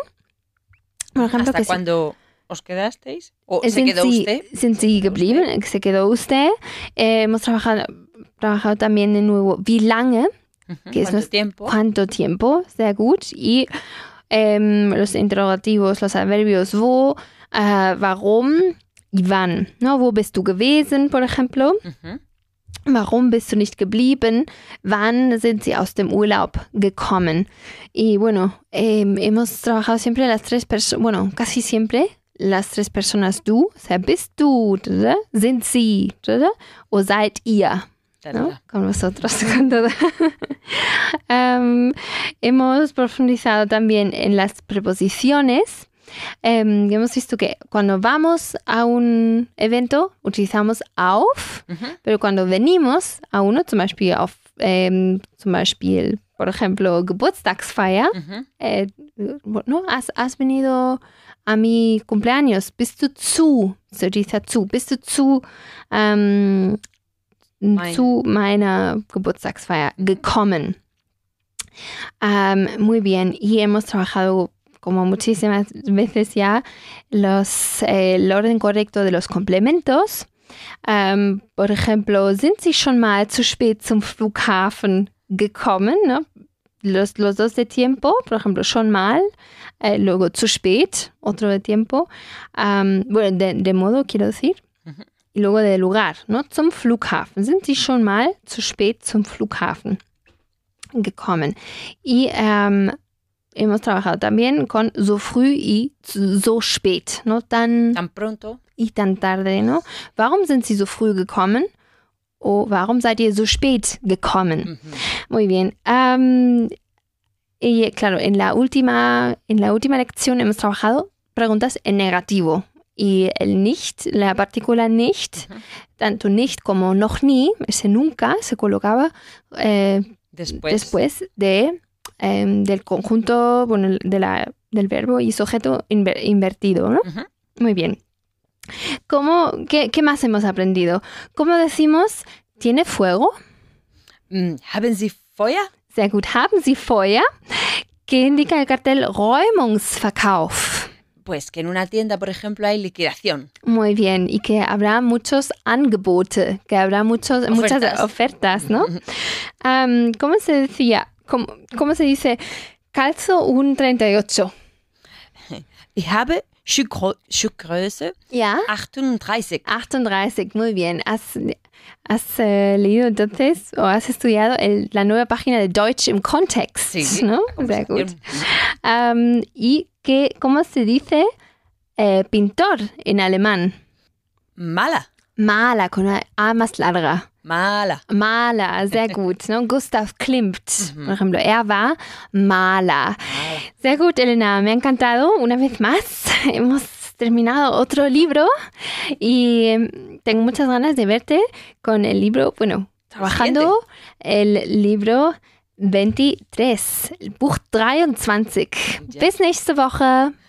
S1: Por ejemplo,
S3: ¿Hasta
S1: que si-
S3: cuándo os quedasteis? ¿O se
S1: sind
S3: quedó
S1: sie,
S3: usted?
S1: Sind sie geblieben? Se quedó usted. Eh, hemos trabajado, trabajado también de nuevo. ¿Wie lange?
S3: Ujú.
S1: que es Ah,
S3: ¿Cuánto
S1: nues-
S3: tiempo?
S1: ¿Cuánto tiempo? Sehr gut. Y em, los interrogativos, los adverbios wo, äh, warum y wann. No, wo bist du gewesen, por ejemplo?
S3: Ujú.
S1: Warum bist du nicht geblieben? Wann sind sie aus dem Urlaub gekommen? Y bueno, em, hemos trabajado siempre las tres personas, bueno, casi siempre las tres personas du, o sea, bist du, tada, sind sie, tada, o seid ihr,
S3: La
S1: ¿no?
S3: verdad.
S1: Con vosotros, <laughs> con todo. Em, hemos profundizado también en las preposiciones. Em, hemos visto que cuando vamos a un evento utilizamos auf,
S3: Ujú.
S1: pero cuando venimos a uno, zum Beispiel auf, em, zum Beispiel, por ejemplo, Geburtstagsfeier,
S3: Ujú.
S1: eh, ¿no? Has, has venido a mi cumpleaños. Bist du zu, se dice zu, bist du zu, ähm,
S3: Meine.
S1: zu meiner Geburtstagsfeier gekommen. Ähm, muy bien. Y hemos trabajado como muchísimas <laughs> veces ya los, eh, el orden correcto de los complementos. Ähm, por ejemplo, sind Sie schon mal zu spät zum Flughafen gekommen? Ne? Los, los dos de tiempo, por ejemplo, schon mal, eh, luego zu spät, otro de tiempo, ähm, bueno, de, de modo quiero decir,
S3: Ujú.
S1: y luego de lugar, ¿no? Zum Flughafen. Sind Sie schon mal zu spät zum Flughafen gekommen? Y ähm, hemos trabajado también con so früh y so spät, ¿no? Tan,
S3: Tan pronto.
S1: y tan tarde, ¿no? ne? Warum sind Sie so früh gekommen? Oh, warum seid ihr so spät gekommen?
S3: Ujú.
S1: Muy bien. Ähm, y claro, en la última, en la última lección hemos trabajado preguntas en negativo. Y el nicht, la partícula nicht, tanto nicht como noch nie, ese nunca se colocaba eh,
S3: Después.
S1: después de, em, del conjunto, bueno, de la, del verbo y sujeto inver- invertido, ¿no?
S3: Ujú.
S1: Muy bien. ¿Cómo, qué, qué más hemos aprendido? ¿Cómo decimos, tiene fuego?
S3: Mm, ¿Haben Sie Feuer?
S1: Sehr gut, haben Sie Feuer? ¿Qué indica el cartel Räumungsverkauf?
S3: Pues que en una tienda, por ejemplo, hay liquidación.
S1: Muy bien, y que habrá muchos Angebote, que habrá muchos, muchas
S3: Ofertas.
S1: ofertas, ¿no? Am, ¿Cómo se decía? ¿Cómo, cómo se dice? Calzo un 38.
S3: Ich habe Schuhgrö- Schuhgröße
S1: ¿Ya?
S3: 38.
S1: 38, muy bien. ¿Has, has, eh, leído entonces o has estudiado el- la nueva página de Deutsch im Kontext?
S3: Sí,
S1: ¿no? Um,
S3: la
S1: Sehr gut.
S3: conversación.
S1: Am, ¿Y qué, cómo se dice eh, pintor en alemán?
S3: Maler.
S1: Maler, con una A más larga.
S3: Maler.
S1: Maler, sehr gut. Ne? Gustav Klimt, por ejemplo, er war Maler. Sehr gut, Elena, me ha encantado. Una vez más, <laughs> hemos terminado otro libro y eh, tengo muchas ganas de verte con el libro, bueno, trabajando el libro 23, el Buch 23.
S3: Ja.
S1: Bis nächste Woche.